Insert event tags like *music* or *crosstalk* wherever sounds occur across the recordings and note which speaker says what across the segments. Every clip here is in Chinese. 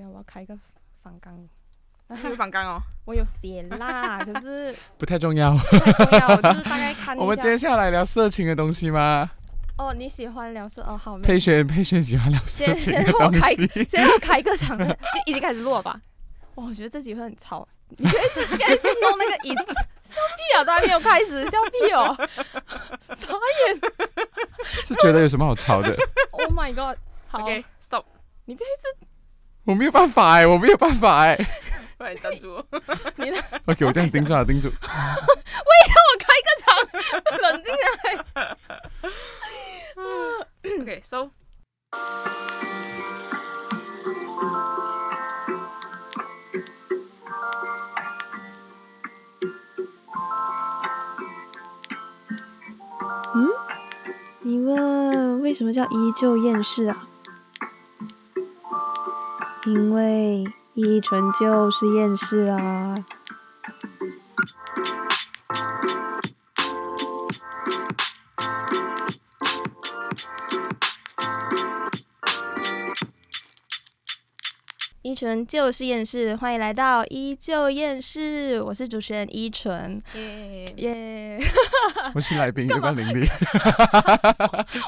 Speaker 1: 下，啊我要开一个房缸。
Speaker 2: 那个反刚哦，
Speaker 1: 我有写啦，可是
Speaker 3: 不太重要。
Speaker 1: 不太重要，就是大概看一下。
Speaker 3: 我们接下来聊色情的东西吗？
Speaker 1: 哦，你喜欢聊色哦，好，没
Speaker 3: 佩璇，佩璇喜欢聊色
Speaker 2: 先
Speaker 3: 情
Speaker 2: 先
Speaker 3: 的
Speaker 2: 让我
Speaker 3: 东
Speaker 2: 开
Speaker 3: 西。， *laughs*
Speaker 2: 先让我开一个场面，就已经开始录了吧？
Speaker 1: 哇我觉得这集会很吵，你可以一直你可以一直弄那个椅子，
Speaker 2: 屁啊，都还没有开始，笑屁哦！啥
Speaker 3: 是觉得有什么好吵 *laughs* 的？
Speaker 1: Oh my god！好
Speaker 2: ？OK，stop，
Speaker 1: 你不要一直
Speaker 3: 我没有办法哎、我没有办法哎、
Speaker 2: 不然你站住！
Speaker 1: *laughs*
Speaker 3: OK，我这样盯住啊，盯 *laughs* 住。
Speaker 2: 我开一
Speaker 1: *laughs*
Speaker 2: 个场，冷静下来。OK，so，、
Speaker 4: 你问为什么叫依旧厌世啊？因为依纯就是厌世啊。
Speaker 1: 依纯就是厌世，欢迎来到依旧厌世，我是主持人依纯，耶、
Speaker 3: 我是来宾，要不要领你？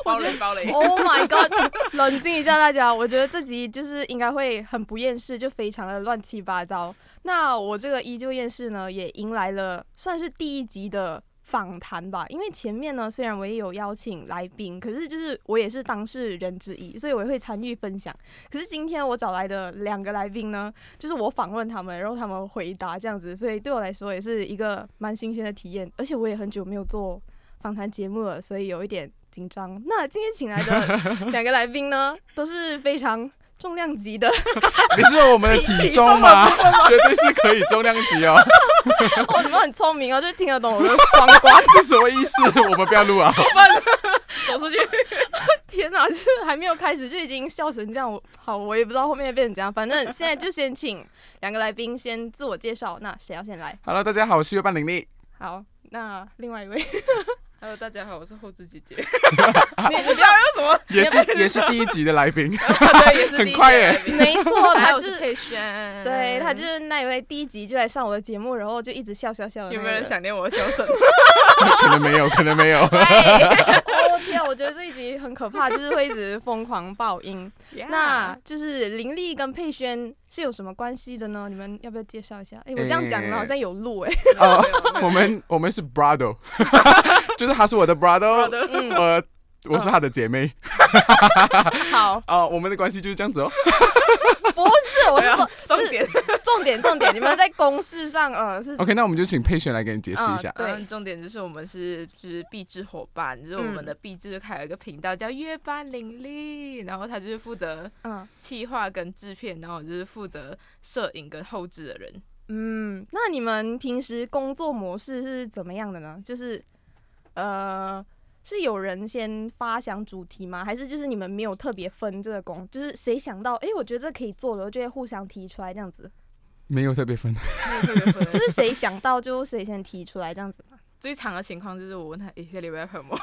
Speaker 2: 包雷包 *laughs* 雷。
Speaker 1: Oh my god！冷静一下，大家，我觉得这集就是应该会很不厌世，就非常的乱七八糟。那我这个依旧厌世呢，也迎来了算是第一集的访谈吧，因为前面呢，虽然我也有邀请来宾，可是就是我也是当事人之一，所以我也会参与分享。可是今天我找来的两个来宾呢，就是我访问他们，然后他们回答这样子，所以对我来说也是一个蛮新鲜的体验，而且我也很久没有做访谈节目了，所以有一点紧张。那今天请来的两个来宾呢，都是非常重量级的。
Speaker 3: *laughs* 你是说我们的体重吗？绝对是可以重量级哦。
Speaker 1: 哦，你们很聪明哦，就听得懂我的双关。
Speaker 3: 是什么意思？ *laughs* 我们不要录啊！
Speaker 2: 走出去。
Speaker 1: 天哪，就是还没有开始就已经笑成这样，我好，我也不知道后面变成怎样。反正现在就先请两个来宾先自我介绍。那谁要先来？
Speaker 3: Hello，大家好，我是月半玲丽。
Speaker 1: 好，那另外一位，
Speaker 2: Hello，大家好，我是后置姐姐。你你不要用什么？
Speaker 3: 也是也是第一集的来宾，
Speaker 2: 对，也是
Speaker 3: 很快耶
Speaker 2: 耶。
Speaker 1: 没错，
Speaker 2: 还
Speaker 1: 他
Speaker 2: 有
Speaker 1: 就是是。
Speaker 2: 佩轩，
Speaker 1: *laughs* 对他就是那一位，第一集就来上我的节目，然后就一直笑笑笑的。
Speaker 2: 有没有人？想念我的笑声？
Speaker 3: 可能没有，可能没有。
Speaker 1: *laughs* 哦天啊，我觉得这一集很可怕，就是会一直疯狂爆音。那就是林丽跟佩轩是有什么关系的呢？你们要不要介绍一下？哎、我
Speaker 2: 嗯
Speaker 1: 这样讲你们好像有路哎、
Speaker 3: 哦，我们我们是 brother，就是他是我的 brother，
Speaker 2: 的
Speaker 1: 嗯，
Speaker 3: 呃，我是他的姐妹。
Speaker 1: 好，
Speaker 3: 哦，我们的关系就是这
Speaker 2: *laughs*
Speaker 3: 样子哦。
Speaker 1: *laughs* 不是，我是说
Speaker 2: 重点，
Speaker 1: 啊重点重点，你们在公式上呃
Speaker 2: *laughs*
Speaker 1: 是
Speaker 3: OK，那我们就请佩璇来给你解释一下
Speaker 1: 啊。对
Speaker 2: 嗯，重点就是我们是就是壁纸伙伴，就是我们的壁纸开有一个频道叫月半玲玲，然后他就是负责
Speaker 1: 嗯
Speaker 2: 企划跟制片，然后我就是负责摄影跟后置的人。
Speaker 1: 嗯，那你们平时工作模式是怎么样的呢？就是呃。是有人先发想主题吗？还是就是你们没有特别分这个工，就是谁想到，哎、我觉得这可以做了，就会互相提出来这样子。
Speaker 3: 没有特
Speaker 2: *laughs*
Speaker 3: 别分，
Speaker 1: 就是谁想到就谁先提出来这样子嘛。
Speaker 2: *laughs* 最常的情况就是我问他，诶，下礼拜要拍什么？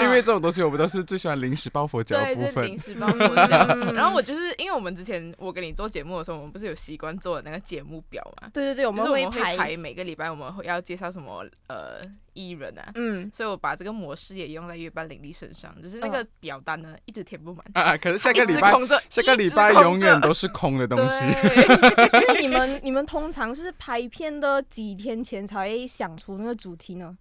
Speaker 3: 因为这种东西我们都是最喜欢临时抱佛脚的
Speaker 2: 对，
Speaker 3: 部
Speaker 2: 就是
Speaker 3: 分
Speaker 2: 临。时帮我 *laughs* 们这样。
Speaker 1: 嗯
Speaker 2: 然后我就是因为我们之前我跟你做节目的时候，我们不是有习惯做那个节目表嘛？
Speaker 1: 对对对，我
Speaker 2: 就是
Speaker 1: 们
Speaker 2: 我们
Speaker 1: 排，
Speaker 2: 会排每个礼拜我们会要介绍什么呃艺人啊，
Speaker 1: 嗯，
Speaker 2: 所以我把这个模式也用在月半领力身上，只是那个表单呢、一直填不满，
Speaker 3: 啊，可是下个
Speaker 2: 一
Speaker 3: 礼
Speaker 2: 直
Speaker 3: 拜，
Speaker 2: 空着，
Speaker 3: 下个礼拜
Speaker 2: 一直空着
Speaker 3: 永远都是空的东西。
Speaker 2: 对
Speaker 1: *laughs* 所以你们你们通常是拍片的几天前才会想出那个主题呢？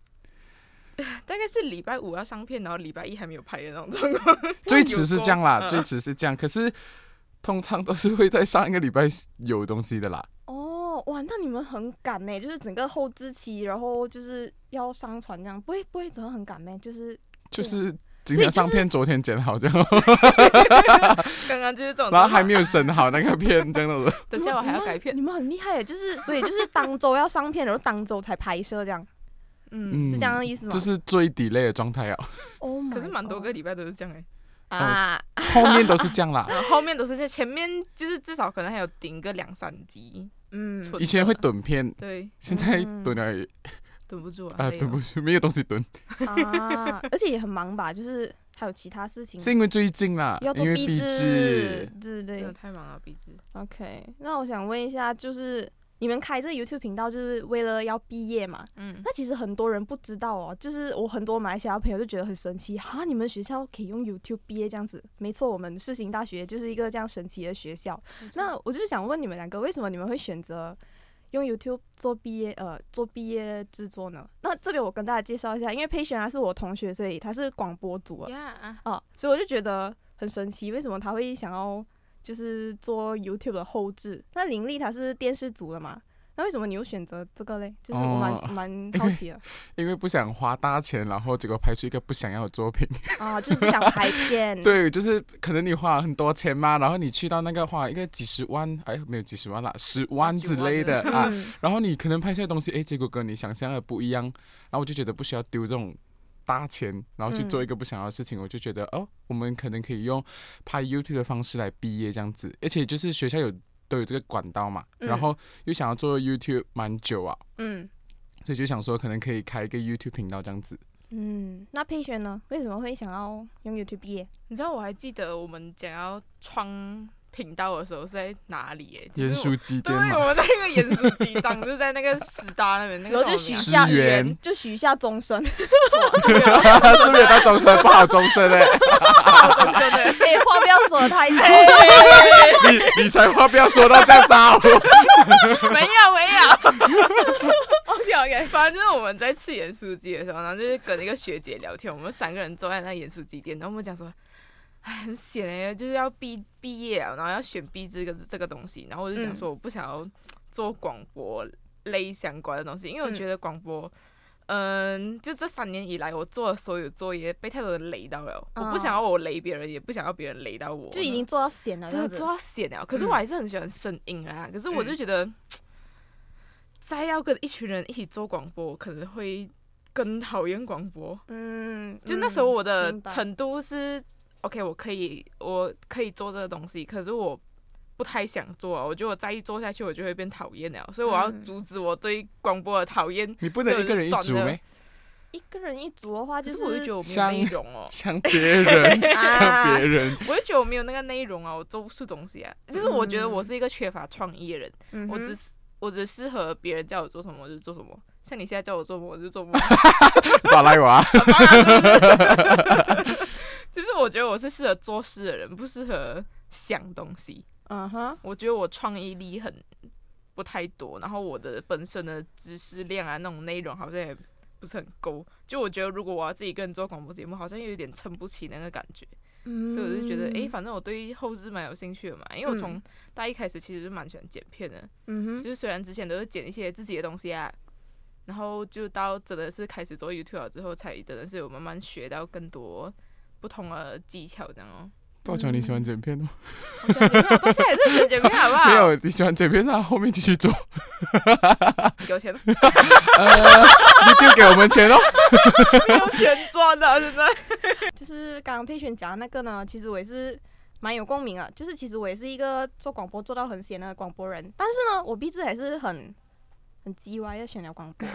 Speaker 2: 大概是礼拜五要上片，然后礼拜一还没有拍的那种状况。
Speaker 3: 最迟是这样啦，
Speaker 2: 嗯
Speaker 3: 最迟是这样，可是通常都是会在上一个礼拜有东西的啦。
Speaker 1: 哦，哇，那你们很赶呢，就是整个后置期，然后就是要上传这样，不会不会真的很赶咩？就是
Speaker 3: 就是今天上片，昨天剪好这样，
Speaker 2: 刚刚就是这种状况，
Speaker 3: *laughs* 然后还没有审好那个片，这
Speaker 2: *laughs*
Speaker 3: 样子。
Speaker 2: 等下我还要改
Speaker 1: 你
Speaker 2: 片，
Speaker 1: 们很厉害耶，就是所以就是当周要上片，然后当周才拍摄这样，
Speaker 2: 嗯，
Speaker 1: 是这样的意思吗
Speaker 3: 这是最 delay 的状
Speaker 2: *laughs*
Speaker 3: 态啊，
Speaker 1: 哦，
Speaker 2: 可是蛮多个礼拜都是这样哎、
Speaker 1: 啊，
Speaker 3: 后面都是这样啦。
Speaker 2: 然后后面都是在前面，就是至少可能还有顶个两三集。
Speaker 1: 嗯，
Speaker 2: 存
Speaker 3: 以前会蹲片，
Speaker 2: *laughs* 对，啊
Speaker 3: 现在
Speaker 1: 嗯
Speaker 3: 蹲而已
Speaker 2: 蹲不住啊，
Speaker 3: 啊，
Speaker 2: 累
Speaker 3: 蹲
Speaker 2: 了
Speaker 3: 不住，没有东西蹲。
Speaker 1: 啊，而且也很忙吧，就是还有其他事情
Speaker 3: 是因为最近啦
Speaker 1: 要，做
Speaker 3: 因为
Speaker 1: 壁
Speaker 3: 壁纸
Speaker 1: 纸，对对
Speaker 2: 真
Speaker 1: 对
Speaker 2: 的太忙了，鼻子。
Speaker 1: ，OK。那我想问一下，就是你们开这个 YouTube 频道就是为了要毕业嘛？
Speaker 2: 嗯，
Speaker 1: 那其实很多人不知道哦，就是我很多马来西亚朋友就觉得很神奇，哈，你们学校可以用 YouTube 毕业这样子？没错，我们世新大学就是一个这样神奇的学校。那我就是想问你们两个，为什么你们会选择用 YouTube 做毕业呃做毕业制作呢？那这边我跟大家介绍一下，因为佩璇她是我同学，所以她是广播组的
Speaker 2: *laughs* 呀啊，
Speaker 1: 啊，所以我就觉得很神奇，为什么她会想要就是做 YouTube 的后置？那林丽她是电视组的嘛？那为什么你又选择这个嘞？就是我蛮、
Speaker 3: 哦
Speaker 1: 蛮好奇的
Speaker 3: *laughs* 因为不想花大钱，然后结果拍出一个不想要的作品。。
Speaker 1: 啊，就是不想拍片
Speaker 3: 对，就是可能你花了很多钱嘛，然后你去到那个花一个几十万，哎，没有几十万啦，十万之类的啊，
Speaker 1: 嗯，
Speaker 3: 然后你可能拍出来的东西，哎，结果跟你想象的不一样，然后我就觉得不需要丢这种大钱，然后去做一个不想要的事情，我就觉得哦，我们可能可以用拍 YouTube 的方式来毕业这样子，而且就是学校有都有这个管道嘛，
Speaker 1: 嗯
Speaker 3: 然后又想要做 YouTube 蛮久啊，
Speaker 1: 嗯
Speaker 3: 所以就想说可能可以开一个 YouTube 频道这样子。
Speaker 1: 嗯，那佩璇呢？为什么会想要用 YouTube 毕业？
Speaker 2: 你知道我还记得我们讲要创频道的时候是在哪里耶？就是
Speaker 3: 盐
Speaker 2: 我
Speaker 3: 酥鸡
Speaker 2: 对，
Speaker 3: 店嘛，
Speaker 2: 我们在那个盐酥鸡档， *laughs* 就在那个师大那边，那
Speaker 1: 然
Speaker 2: 个
Speaker 1: 后
Speaker 2: 叫
Speaker 1: 就
Speaker 2: 什
Speaker 1: 许
Speaker 2: 么
Speaker 3: *laughs* 是
Speaker 1: 下
Speaker 3: 十元
Speaker 1: 就许下终身。
Speaker 3: 是不是有到终身不好终身嘞？
Speaker 2: 名啊真的。
Speaker 1: *laughs* 哎、话不要说的太多。
Speaker 2: *laughs*
Speaker 3: 你你才话不要说到这样哦糟。
Speaker 2: 没有没有，
Speaker 1: OK OK，
Speaker 2: 反正就是我们在吃盐酥鸡的时候，然后就是跟一个学姐聊天，我们三个人坐在那盐酥鸡店，然后我们讲说，哎，很显然就是要毕毕业了，然后要选毕这个这个东西，然后我就
Speaker 1: 嗯
Speaker 2: 想说我不想要做广播类相关的东西，因为我觉得广播。嗯，就这三年以来，我做的所有作业被太多人雷到了。我不想要我雷别人，也不想要别人雷到我。
Speaker 1: *laughs* 哦就已经做到闲了，这
Speaker 2: 真的
Speaker 1: 样子嗯
Speaker 2: 做。到闲了。可是我还是很喜欢声音啊，可是我就觉得，再要跟一群人一起做广播，我可能会更讨厌广播。
Speaker 1: 嗯，
Speaker 2: 就那时候我的
Speaker 1: 明白
Speaker 2: 程度是、o k 我可以，我可以做这个东西，可是我不太想做啊。我觉得我再一做下去，我就会变讨厌了，所以我要
Speaker 1: 嗯
Speaker 2: 阻止我对广播的讨厌。
Speaker 3: 你不能一个人一组
Speaker 2: 短
Speaker 3: 咩
Speaker 2: 的？
Speaker 1: 一个人一组的话，
Speaker 2: 就是是我就觉得我没有
Speaker 3: 像
Speaker 2: 内容
Speaker 1: *laughs*
Speaker 2: 哦，
Speaker 3: 像别人，
Speaker 1: 啊
Speaker 3: 像别人，
Speaker 2: 我就觉得我没有那个内容啊，我做不出东西啊。就是我觉得我是一个缺乏创意的人，
Speaker 1: 嗯
Speaker 2: 我
Speaker 1: 哼
Speaker 2: 只是我只适合别人叫我做什么我就做什么，像你现在叫我做什么我
Speaker 1: *laughs*
Speaker 2: 就做什么。
Speaker 3: 巴拉娃，
Speaker 2: 就是我觉得我是适合做事的人，不适合想东西。
Speaker 1: 嗯哼，
Speaker 2: 我觉得我创意力很不太多，然后我的本身的知识量啊那种内容好像也不是很够。就我觉得如果我要自己一个人做广播节目，好像又有点撑不起那个感觉。
Speaker 1: 嗯
Speaker 2: 所以我就觉得，诶，，反正我对后置蛮有兴趣的嘛，因为我从大一开始其实是蛮喜欢剪片的，
Speaker 1: 嗯哼，
Speaker 2: 就是虽然之前都是剪一些自己的东西啊，然后就到真的是开始做 YouTube 了之后，才真的是有慢慢学到更多不同的技巧这样哦。 *laughs*
Speaker 3: 多久你喜欢剪片哦？
Speaker 1: 嗯
Speaker 2: 我想剪片，我到现在也是剪剪片，好不好？
Speaker 3: 没，有，你喜欢剪片，那后面继续 *laughs* 做，
Speaker 2: 有钱了， *laughs*
Speaker 3: 呃，你丢给我们钱哦。
Speaker 2: 没有钱赚了，真的。
Speaker 1: *laughs* 就是刚刚佩璇讲的那个呢，其实我也是。蛮有共鸣啊，就是其实我也是一个做广播做到很闲的广播人，但是呢，我毕竟还是很很叽歪的选了
Speaker 2: *laughs*
Speaker 1: 广播，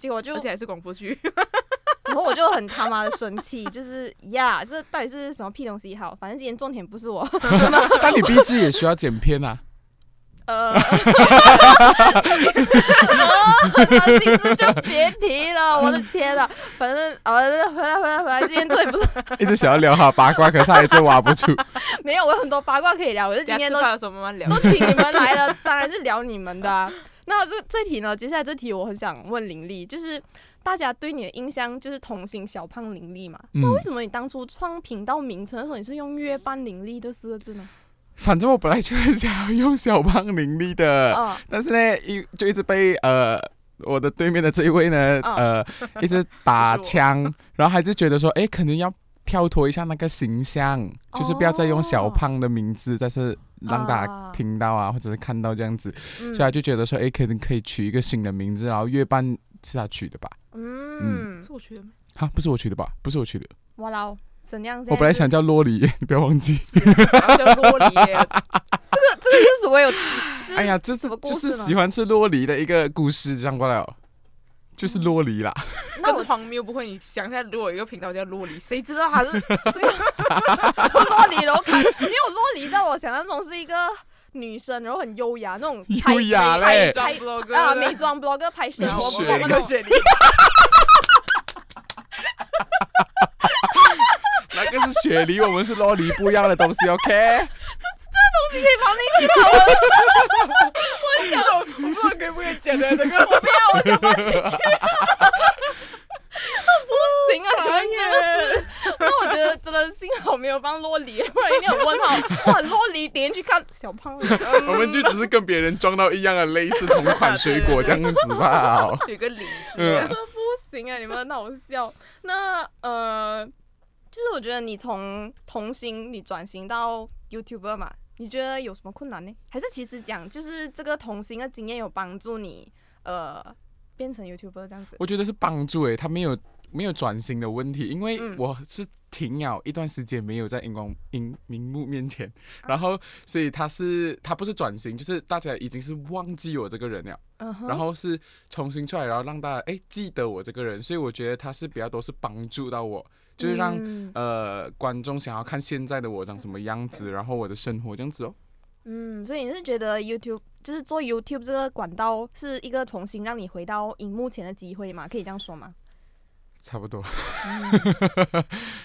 Speaker 1: 结果就
Speaker 2: 而且还是广播剧，
Speaker 1: 然后我就很他妈的生气，就是呀，这到底是什么屁东西？好，反正今天重点不是我， *laughs*
Speaker 3: 但你 B G 也需要剪片啊，
Speaker 2: *laughs*
Speaker 1: 呃，伤心事就别提了，我的天呐，反正呃，回来回来回来，今天这里不是 *laughs*
Speaker 3: 一直想要聊哈八卦，可是还一直挖不出。
Speaker 1: 没有，我有很多八卦可以聊，我就今
Speaker 2: 等下
Speaker 1: 天
Speaker 2: 吃
Speaker 1: 都
Speaker 2: 饭的时候慢
Speaker 3: 嗯
Speaker 2: 慢
Speaker 1: *laughs*
Speaker 2: 聊。
Speaker 1: 都请你们来了，当然是聊你们的
Speaker 3: *laughs*
Speaker 1: 啊、那这这题呢，接下来这题我很想问林丽，就是大家对你的印象就是童星小胖林丽嘛？
Speaker 3: 嗯
Speaker 1: 那为什么你当初创频道名称的时候，你是用“月半林丽”这四个字呢？
Speaker 3: 反正我本来就很想要用小胖林立的，
Speaker 1: 哦，
Speaker 3: 但是呢，一就一直被呃我的对面的这一位呢，
Speaker 1: *laughs* 嗯
Speaker 3: 呃，一直打
Speaker 2: 就是我
Speaker 3: 枪，然后还是觉得说，哎，可能要跳脱一下那个形象，
Speaker 1: 哦
Speaker 3: 就是不要再用小胖的名字，但是让大
Speaker 1: 啊
Speaker 3: 家听到啊，或者是看到这样子，
Speaker 1: 嗯
Speaker 3: 所以他就觉得说，哎，可能可以取一个新的名字，然后月半是他取的吧？
Speaker 1: 嗯，
Speaker 2: 是我缺的吗？
Speaker 3: 哈，不是我取的吧？不是我取的，
Speaker 1: 哇啦哦，怎样？
Speaker 3: 我本来想叫洛里， *laughs* 你不要忘记。
Speaker 2: 好像 *laughs* 洛梨耶，
Speaker 1: 就是我有，就是
Speaker 3: *laughs* 哎呀，这是
Speaker 1: 什么故
Speaker 3: 就
Speaker 1: 事
Speaker 3: 是
Speaker 1: 呢
Speaker 3: 喜欢吃洛梨的一个故事，这样过来哦。
Speaker 1: 嗯
Speaker 3: 就是洛梨啦。
Speaker 1: 那
Speaker 2: 更荒谬不会？你想一下，如果有一个频道叫洛梨，谁知道他是
Speaker 1: 洛梨了，我看没有洛梨，在我想象中是一个女生，然后很优雅那种拍，
Speaker 3: 优雅
Speaker 2: 美
Speaker 3: 嘞，
Speaker 2: 妆
Speaker 1: 拍
Speaker 2: blogger
Speaker 3: *laughs*
Speaker 1: 啊美妆 blogger 拍生
Speaker 3: 你
Speaker 2: 啊
Speaker 1: 活，
Speaker 3: *laughs* 是
Speaker 1: 我
Speaker 3: 谁
Speaker 1: 不
Speaker 2: 一
Speaker 1: 懂
Speaker 2: 个雪梨，
Speaker 3: 那个是雪梨，我们是洛梨，不一样的东西，OK？
Speaker 1: 你可以把那个好了，
Speaker 2: 我不知道可不可以讲的这个。
Speaker 1: 我不要，我想把这个不行啊，你们真的是，那我觉得真的幸好没有帮洛梨，不然一定有问号。哇，洛梨点进去看小胖，
Speaker 3: 我们就只是跟别人装到一样的类似同款水果这样子吧。
Speaker 1: *laughs*
Speaker 3: 哦
Speaker 2: 有个梨子，
Speaker 3: 嗯
Speaker 1: 真，的不行啊，你们很好笑。那呃，就是我觉得你从童星你转型到 YouTuber 嘛，你觉得有什么困难呢？还是其实讲就是这个童星的经验有帮助你呃变成 YouTuber 这样子？
Speaker 3: 我觉得是帮助诶、他没有没有转型的问题，因为
Speaker 1: 嗯
Speaker 3: 我是停了一段时间没有在荧光荧荧幕面前，
Speaker 1: 啊
Speaker 3: 然后所以他是他不是转型，就是大家已经是忘记我这个人了，
Speaker 1: 嗯哼，
Speaker 3: 然后是重新出来，然后让大家诶记得我这个人，所以我觉得他是比较多是帮助到我，就是让、
Speaker 1: 嗯
Speaker 3: 呃观众想要看现在的我长什么样子，然后我的生活这样子哦。
Speaker 1: 嗯，所以你是觉得 YouTube 就是做 YouTube 这个管道是一个重新让你回到荧幕前的机会嘛？可以这样说吗？
Speaker 3: 差不多，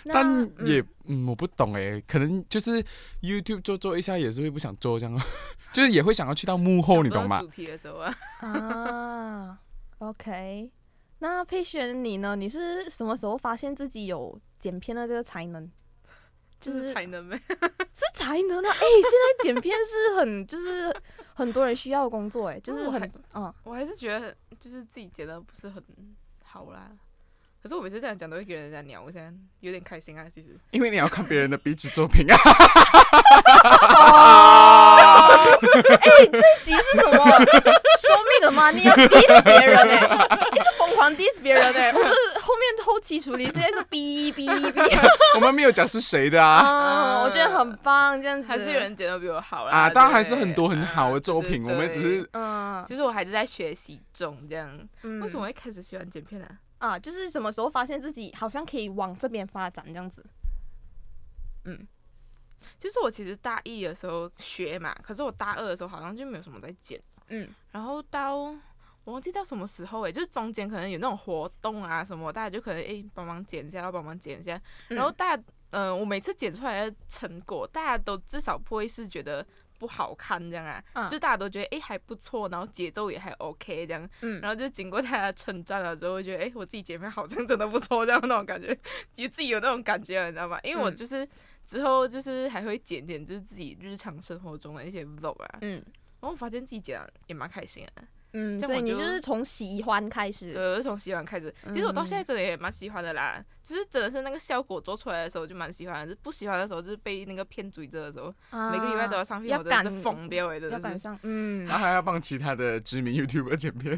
Speaker 1: 那
Speaker 3: 但
Speaker 1: 嗯
Speaker 3: 也嗯我不懂诶，可能就是 YouTube 做做一下也是会不想做这样哦， *laughs* 就是也会想要去到幕后，你懂吗
Speaker 2: 主？题的时候 *laughs* 啊，
Speaker 1: 啊，OK。那佩璇你呢？你是什么时候发现自己有剪片的这个才能？就
Speaker 2: 就是是才能
Speaker 3: *laughs*
Speaker 2: 呗。
Speaker 1: 是才能啊！ *laughs* 哎、现在剪片是很就是很多人需要的工作、哎，就是
Speaker 2: 我
Speaker 1: 很
Speaker 2: 还
Speaker 1: 嗯
Speaker 2: 我还是觉得就是自己剪的不是很好啦。可是我每次这样讲都会给人家鸟，我现在有点开心啊，其实。
Speaker 3: 因为你要看别人的壁纸作品啊， *laughs*
Speaker 1: 哦，哎、这集是什么？收密的吗？你要 diss 别人哎、一直疯狂 diss 别人哎、我是后面后期处理现在是哔哔哔
Speaker 3: 我们没有讲是谁的啊
Speaker 1: 啊，我觉得很棒，这样子
Speaker 2: 还是有人剪的比我好啦。
Speaker 3: 啊，当然还
Speaker 2: 对
Speaker 3: 是很多很好的作品，
Speaker 2: 啊
Speaker 3: 我
Speaker 2: 对对
Speaker 3: 们只是
Speaker 1: 嗯
Speaker 2: 对，其实我还是在学习中，这样。
Speaker 1: 嗯
Speaker 2: 为什么会开始喜欢剪片啊？
Speaker 1: 啊，就是什么时候发现自己好像可以往这边发展这样子。
Speaker 2: 就是我其实大一的时候学嘛，可是我大二的时候好像就没有什么在剪，
Speaker 1: 嗯，
Speaker 2: 然后到我忘记到什么时候诶、就是中间可能有那种活动啊什么，大家就可能诶帮、忙剪一下，要帮忙剪一下，
Speaker 1: 嗯
Speaker 2: 然后大家嗯、我每次剪出来的成果，大家都至少不会是觉得不好看这样啊，
Speaker 1: 啊
Speaker 2: 就大家都觉得诶、还不错，然后节奏也还 OK 这样，
Speaker 1: 嗯
Speaker 2: 然后就经过大家称赞了之后，我觉得诶、我自己剪片好像真的不错，这样那种感觉， *laughs* 也自己有那种感觉，你知道吗？因为我
Speaker 1: 嗯
Speaker 2: 就是。之后就是还会剪点，就是自己日常生活中的一些 vlog 啊，
Speaker 1: 嗯
Speaker 2: 然后我发现自己剪啊得也蛮开心的，
Speaker 1: 嗯，
Speaker 2: 这样
Speaker 1: 所以
Speaker 2: 我
Speaker 1: 你
Speaker 2: 就
Speaker 1: 就是从喜欢开始。
Speaker 2: 对，我就从喜欢开始。
Speaker 1: 嗯
Speaker 2: 其实我到现在真的也蛮喜欢的啦，就是真的是那个效果做出来的时候就蛮喜欢的，不喜欢的时候就是被那个片追着的时候，
Speaker 1: 啊
Speaker 2: 每个礼拜都要上片，
Speaker 1: 要
Speaker 2: 我真的
Speaker 1: 赶
Speaker 2: 是疯掉哎、
Speaker 1: 要
Speaker 2: 真
Speaker 1: 赶
Speaker 2: 的是。
Speaker 1: 上。嗯，
Speaker 3: 啊然后还要帮其他的知名 YouTuber 剪片，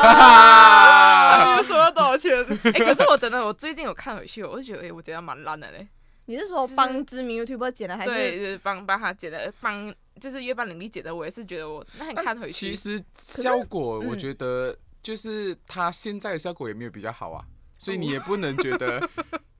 Speaker 2: 啊！又说到多
Speaker 1: *laughs*
Speaker 2: 少钱？哎、可是我真的，我最近有看回去，我就觉得，哎、我剪得蛮烂的嘞。
Speaker 1: 你是说
Speaker 2: 其实
Speaker 1: 帮知名 YouTuber 剪的，还
Speaker 2: 对，
Speaker 1: 是
Speaker 2: 就是帮帮他剪的，帮就是月半林力剪的，我也是觉得我那你看回去
Speaker 3: 其，实效果
Speaker 1: 嗯
Speaker 3: 我觉得就是他现在的效果也没有比较好啊，所以你也不能觉得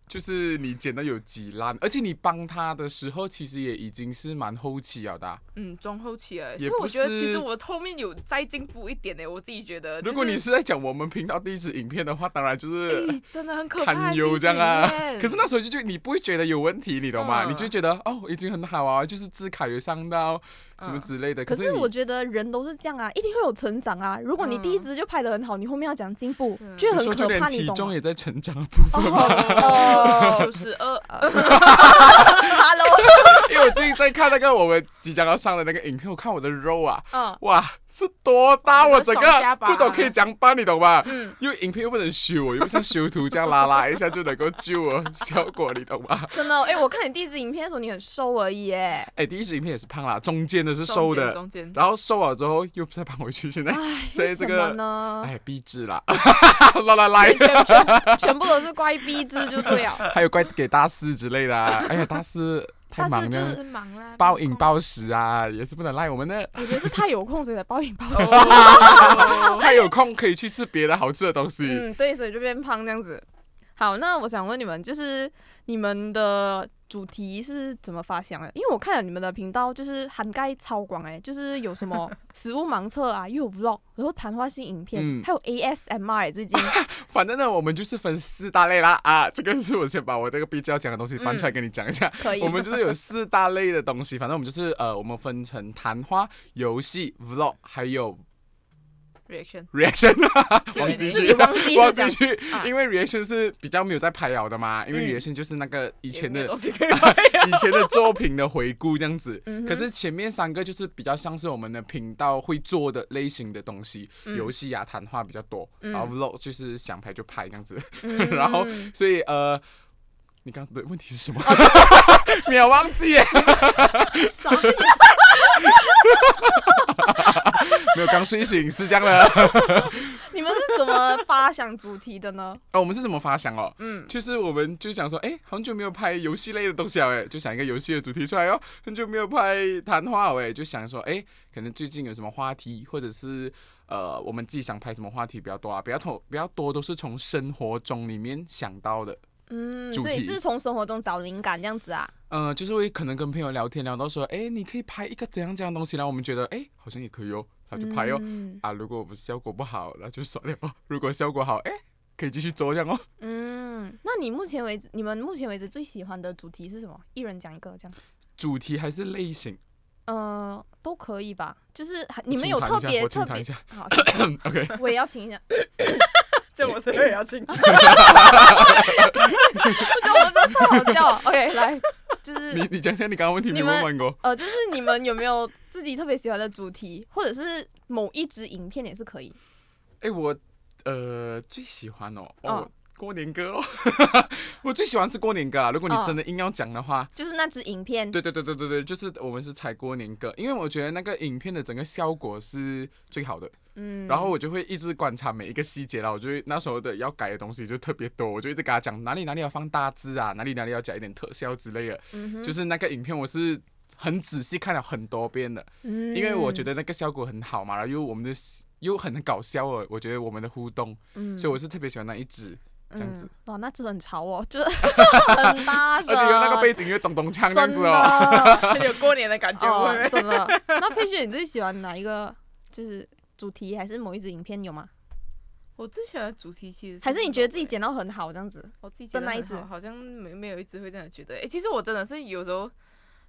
Speaker 3: 就是你剪的有几烂，而且你帮他的时候其实也已经是蛮后期了的啊、
Speaker 2: 嗯，中后期了，所
Speaker 3: 也
Speaker 2: 以
Speaker 3: 不
Speaker 2: 我觉得其
Speaker 3: 是
Speaker 2: 实我后面有再进步一点呢、我自己觉呃得、就是。
Speaker 3: 如果你是在讲我们频道第一支影片的话，当然就是。
Speaker 2: 哎真的很可怕，
Speaker 3: 堪忧这样啊。可是那时候就就你不会觉得有问题，你懂吗？
Speaker 2: 嗯
Speaker 3: 你就觉得哦，已经很好啊，就是字卡有上到什
Speaker 2: 嗯
Speaker 3: 么之类的。
Speaker 1: 可
Speaker 3: 是
Speaker 1: 是
Speaker 3: 你
Speaker 1: 我觉得人都是这样啊，一定会有成长啊。如果你第一支就拍的很好，你后面要讲进步
Speaker 2: 真，的
Speaker 1: 就
Speaker 3: 你
Speaker 1: 很
Speaker 3: 说就
Speaker 1: 可
Speaker 3: 连
Speaker 1: 怕，你
Speaker 3: 体
Speaker 1: 懂
Speaker 3: 重
Speaker 1: 吗？
Speaker 3: 也在成长的部分，
Speaker 1: 哦
Speaker 2: 九十二，
Speaker 1: *laughs* ，Hello，
Speaker 3: *laughs* 因为我最近在看那个我们即将要上的那个影片，我看我的肉啊，
Speaker 1: 嗯
Speaker 3: 哇，是多大，
Speaker 2: 你的
Speaker 3: 我整
Speaker 2: 双下
Speaker 3: 个
Speaker 2: 巴
Speaker 3: 不懂可以讲办，你懂吧？
Speaker 1: 嗯，
Speaker 3: 因为影片又不能修，我又不像修图这样拉拉一下就能够救我效果，你懂吧？
Speaker 1: 真的，哎，我看你第一支影片的时候你很瘦而已，哎，
Speaker 3: 哎，第一支影片也是胖啦，中间的是瘦的，
Speaker 2: 中间。啊
Speaker 3: 然后瘦了之后又再胖回去，现在
Speaker 1: 哎，
Speaker 3: 所以
Speaker 1: 为
Speaker 3: 这个
Speaker 1: 什么呢？
Speaker 3: 哎壁纸啦， *laughs* 啦啦
Speaker 2: 哎
Speaker 3: 啦。
Speaker 1: 全全全部都是怪逼姿就对了。
Speaker 3: 还有怪给大师之类的、啊。哎呀，大师太忙
Speaker 1: 但是
Speaker 2: 就
Speaker 1: 嗯
Speaker 3: 了，
Speaker 2: 是哎忙啦，
Speaker 3: 暴饮暴食啊，也是不能赖我们的。
Speaker 1: 我觉得是太有空所以才暴饮暴食。
Speaker 3: 他有空可以去吃别的好吃的东西。
Speaker 1: *laughs* 嗯，对，所以就变胖这样子。好，那我想问你们，就是你们的主题是怎么发想的？因为我看了你们的频道，就是涵盖超广哎、就是有什
Speaker 3: *laughs*
Speaker 1: 么食物盲测啊，又有 vlog，然后谈话性影片，
Speaker 3: 嗯
Speaker 1: 还有 ASMR 欸、最
Speaker 3: *laughs*
Speaker 1: 近
Speaker 3: 反正呢，我们就是分四大类啦啊，这个是我先把我这个必须要讲的东西翻出来跟你讲一下。
Speaker 1: 嗯可以
Speaker 3: 我。们就是有四大类的东西，反正我们就是呃，我们分成谈话、游戏、vlog，还有
Speaker 2: reaction
Speaker 3: reaction，
Speaker 2: 己
Speaker 3: 忘记
Speaker 2: 自
Speaker 1: 己
Speaker 3: 去，
Speaker 1: 忘记
Speaker 3: *laughs* 忘
Speaker 1: 是
Speaker 3: 记去
Speaker 1: 啊，
Speaker 3: 因为 reaction 是比较没有在拍了的嘛，因为
Speaker 1: 嗯
Speaker 3: reaction 就是那个以
Speaker 2: 以
Speaker 3: 前的
Speaker 2: 东西可以拍啊
Speaker 3: 以前的作品的回顾这样子。
Speaker 1: 嗯哼
Speaker 3: 可是前面三个就是比较像是我们的频道会做的类型的东西，
Speaker 1: 嗯
Speaker 3: 游戏啊、谈话比较多，
Speaker 1: 嗯
Speaker 3: 然后 vlog 就是想拍就拍这样子。
Speaker 1: 嗯
Speaker 3: *laughs* 然后
Speaker 1: 嗯
Speaker 3: 所以呃，你刚刚的问题是什么？
Speaker 1: 哦
Speaker 3: *laughs* 没有忘记耶， *laughs*
Speaker 1: 傻
Speaker 3: 没有刚睡醒是这样的。
Speaker 1: *laughs* 你们是怎么发想主题的呢？
Speaker 3: 哦，我们是怎么发想哦？
Speaker 1: 嗯，
Speaker 3: 就是我们就想说，哎，很久没有拍游戏类的东西了，哎，就想一个游戏的主题出来哦。很久没有拍谈话了，哎，就想说，哎，可能最近有什么话题，或者是呃，我们自己想拍什么话题比较多啊，比较多比较多都是从生活中里面想到的。
Speaker 1: 嗯，
Speaker 3: 主
Speaker 1: 所以
Speaker 3: 题
Speaker 1: 是从生活中找灵感这样子啊。
Speaker 3: 呃，就是会可能跟朋友聊天聊到说，哎，你可以拍一个怎样怎样的东西，然后我们觉得，哎，好像也可以哦，然后就拍哦。
Speaker 1: 嗯
Speaker 3: 啊，如果不效果不好，那就算了吧；如果效果好，哎、可以继续做这样哦。
Speaker 1: 嗯，那你目前为止，你们目前为止最喜欢的主题是什么？一人讲一个这样。
Speaker 3: 主题还是类型，
Speaker 1: 呃，都可以吧，就是还你们
Speaker 3: 我清
Speaker 1: 有
Speaker 3: 谈
Speaker 1: 特
Speaker 3: 一下
Speaker 1: 别
Speaker 3: 我清
Speaker 1: 特
Speaker 3: 谈
Speaker 1: 别
Speaker 3: 一下嗯
Speaker 1: 好，
Speaker 3: OK，
Speaker 1: *laughs* 我也要请一下，
Speaker 2: 这我是也要请。
Speaker 1: 我觉得我们真的太好 *laughs* 笑了。OK，来，就
Speaker 3: 你
Speaker 1: 是
Speaker 3: 你讲一下你刚刚问题没
Speaker 1: 你
Speaker 3: 有
Speaker 1: 们
Speaker 3: 问完过。
Speaker 1: 呃，就是你们有没有自己特别喜欢的主题，或者是某一支影片也是可以。
Speaker 3: 哎、我呃最喜欢哦，哦
Speaker 1: 哦
Speaker 3: 过年歌哦， *laughs* 我最喜欢是过年歌啊。如果你
Speaker 1: 哦
Speaker 3: 真的硬要讲的话，
Speaker 1: 就是那支影片，
Speaker 3: 对对对对对对，就是我们是采过年歌，因为我觉得那个影片的整个效果是最好的。
Speaker 1: 嗯，
Speaker 3: 然后我就会一直观察每一个细节啦，我就会那时候的要改的东西就特别多，我就一直跟他讲哪里哪里要放大字啊，哪里哪里要加一点特效之类的。
Speaker 1: 嗯
Speaker 3: 就是那个影片我是很仔细看了很多遍的，因
Speaker 1: 因
Speaker 3: 为
Speaker 2: 嗯
Speaker 3: 我觉
Speaker 1: 得，
Speaker 3: 得那个效果很好嘛，然后又我们的又很搞笑哦，我觉得我们的互动，
Speaker 1: 嗯
Speaker 3: 所以我是特别喜欢那一支。这样子
Speaker 1: 嗯，哇，那支很潮哦， *laughs* 就是很大声，
Speaker 3: 而且有那个背景乐咚咚锵这样
Speaker 1: 真
Speaker 3: 子
Speaker 1: 的
Speaker 3: 哦，
Speaker 2: 很有过年的感觉，
Speaker 1: 哦
Speaker 2: 会，不会？
Speaker 1: 真
Speaker 2: *laughs*
Speaker 1: 的。那佩雪，你最喜欢哪一个？就是主题还是某一支影片有吗？
Speaker 2: 我最喜欢的主题其实
Speaker 1: 还是你觉得自己
Speaker 2: 剪，
Speaker 1: 剪到很好这样
Speaker 2: *laughs*
Speaker 1: 子？
Speaker 2: 我自己
Speaker 1: 的
Speaker 2: 剪
Speaker 1: 那一
Speaker 2: 只，
Speaker 1: 只
Speaker 2: 好像没没有一只会这样觉得。诶，其实我真的是有时候，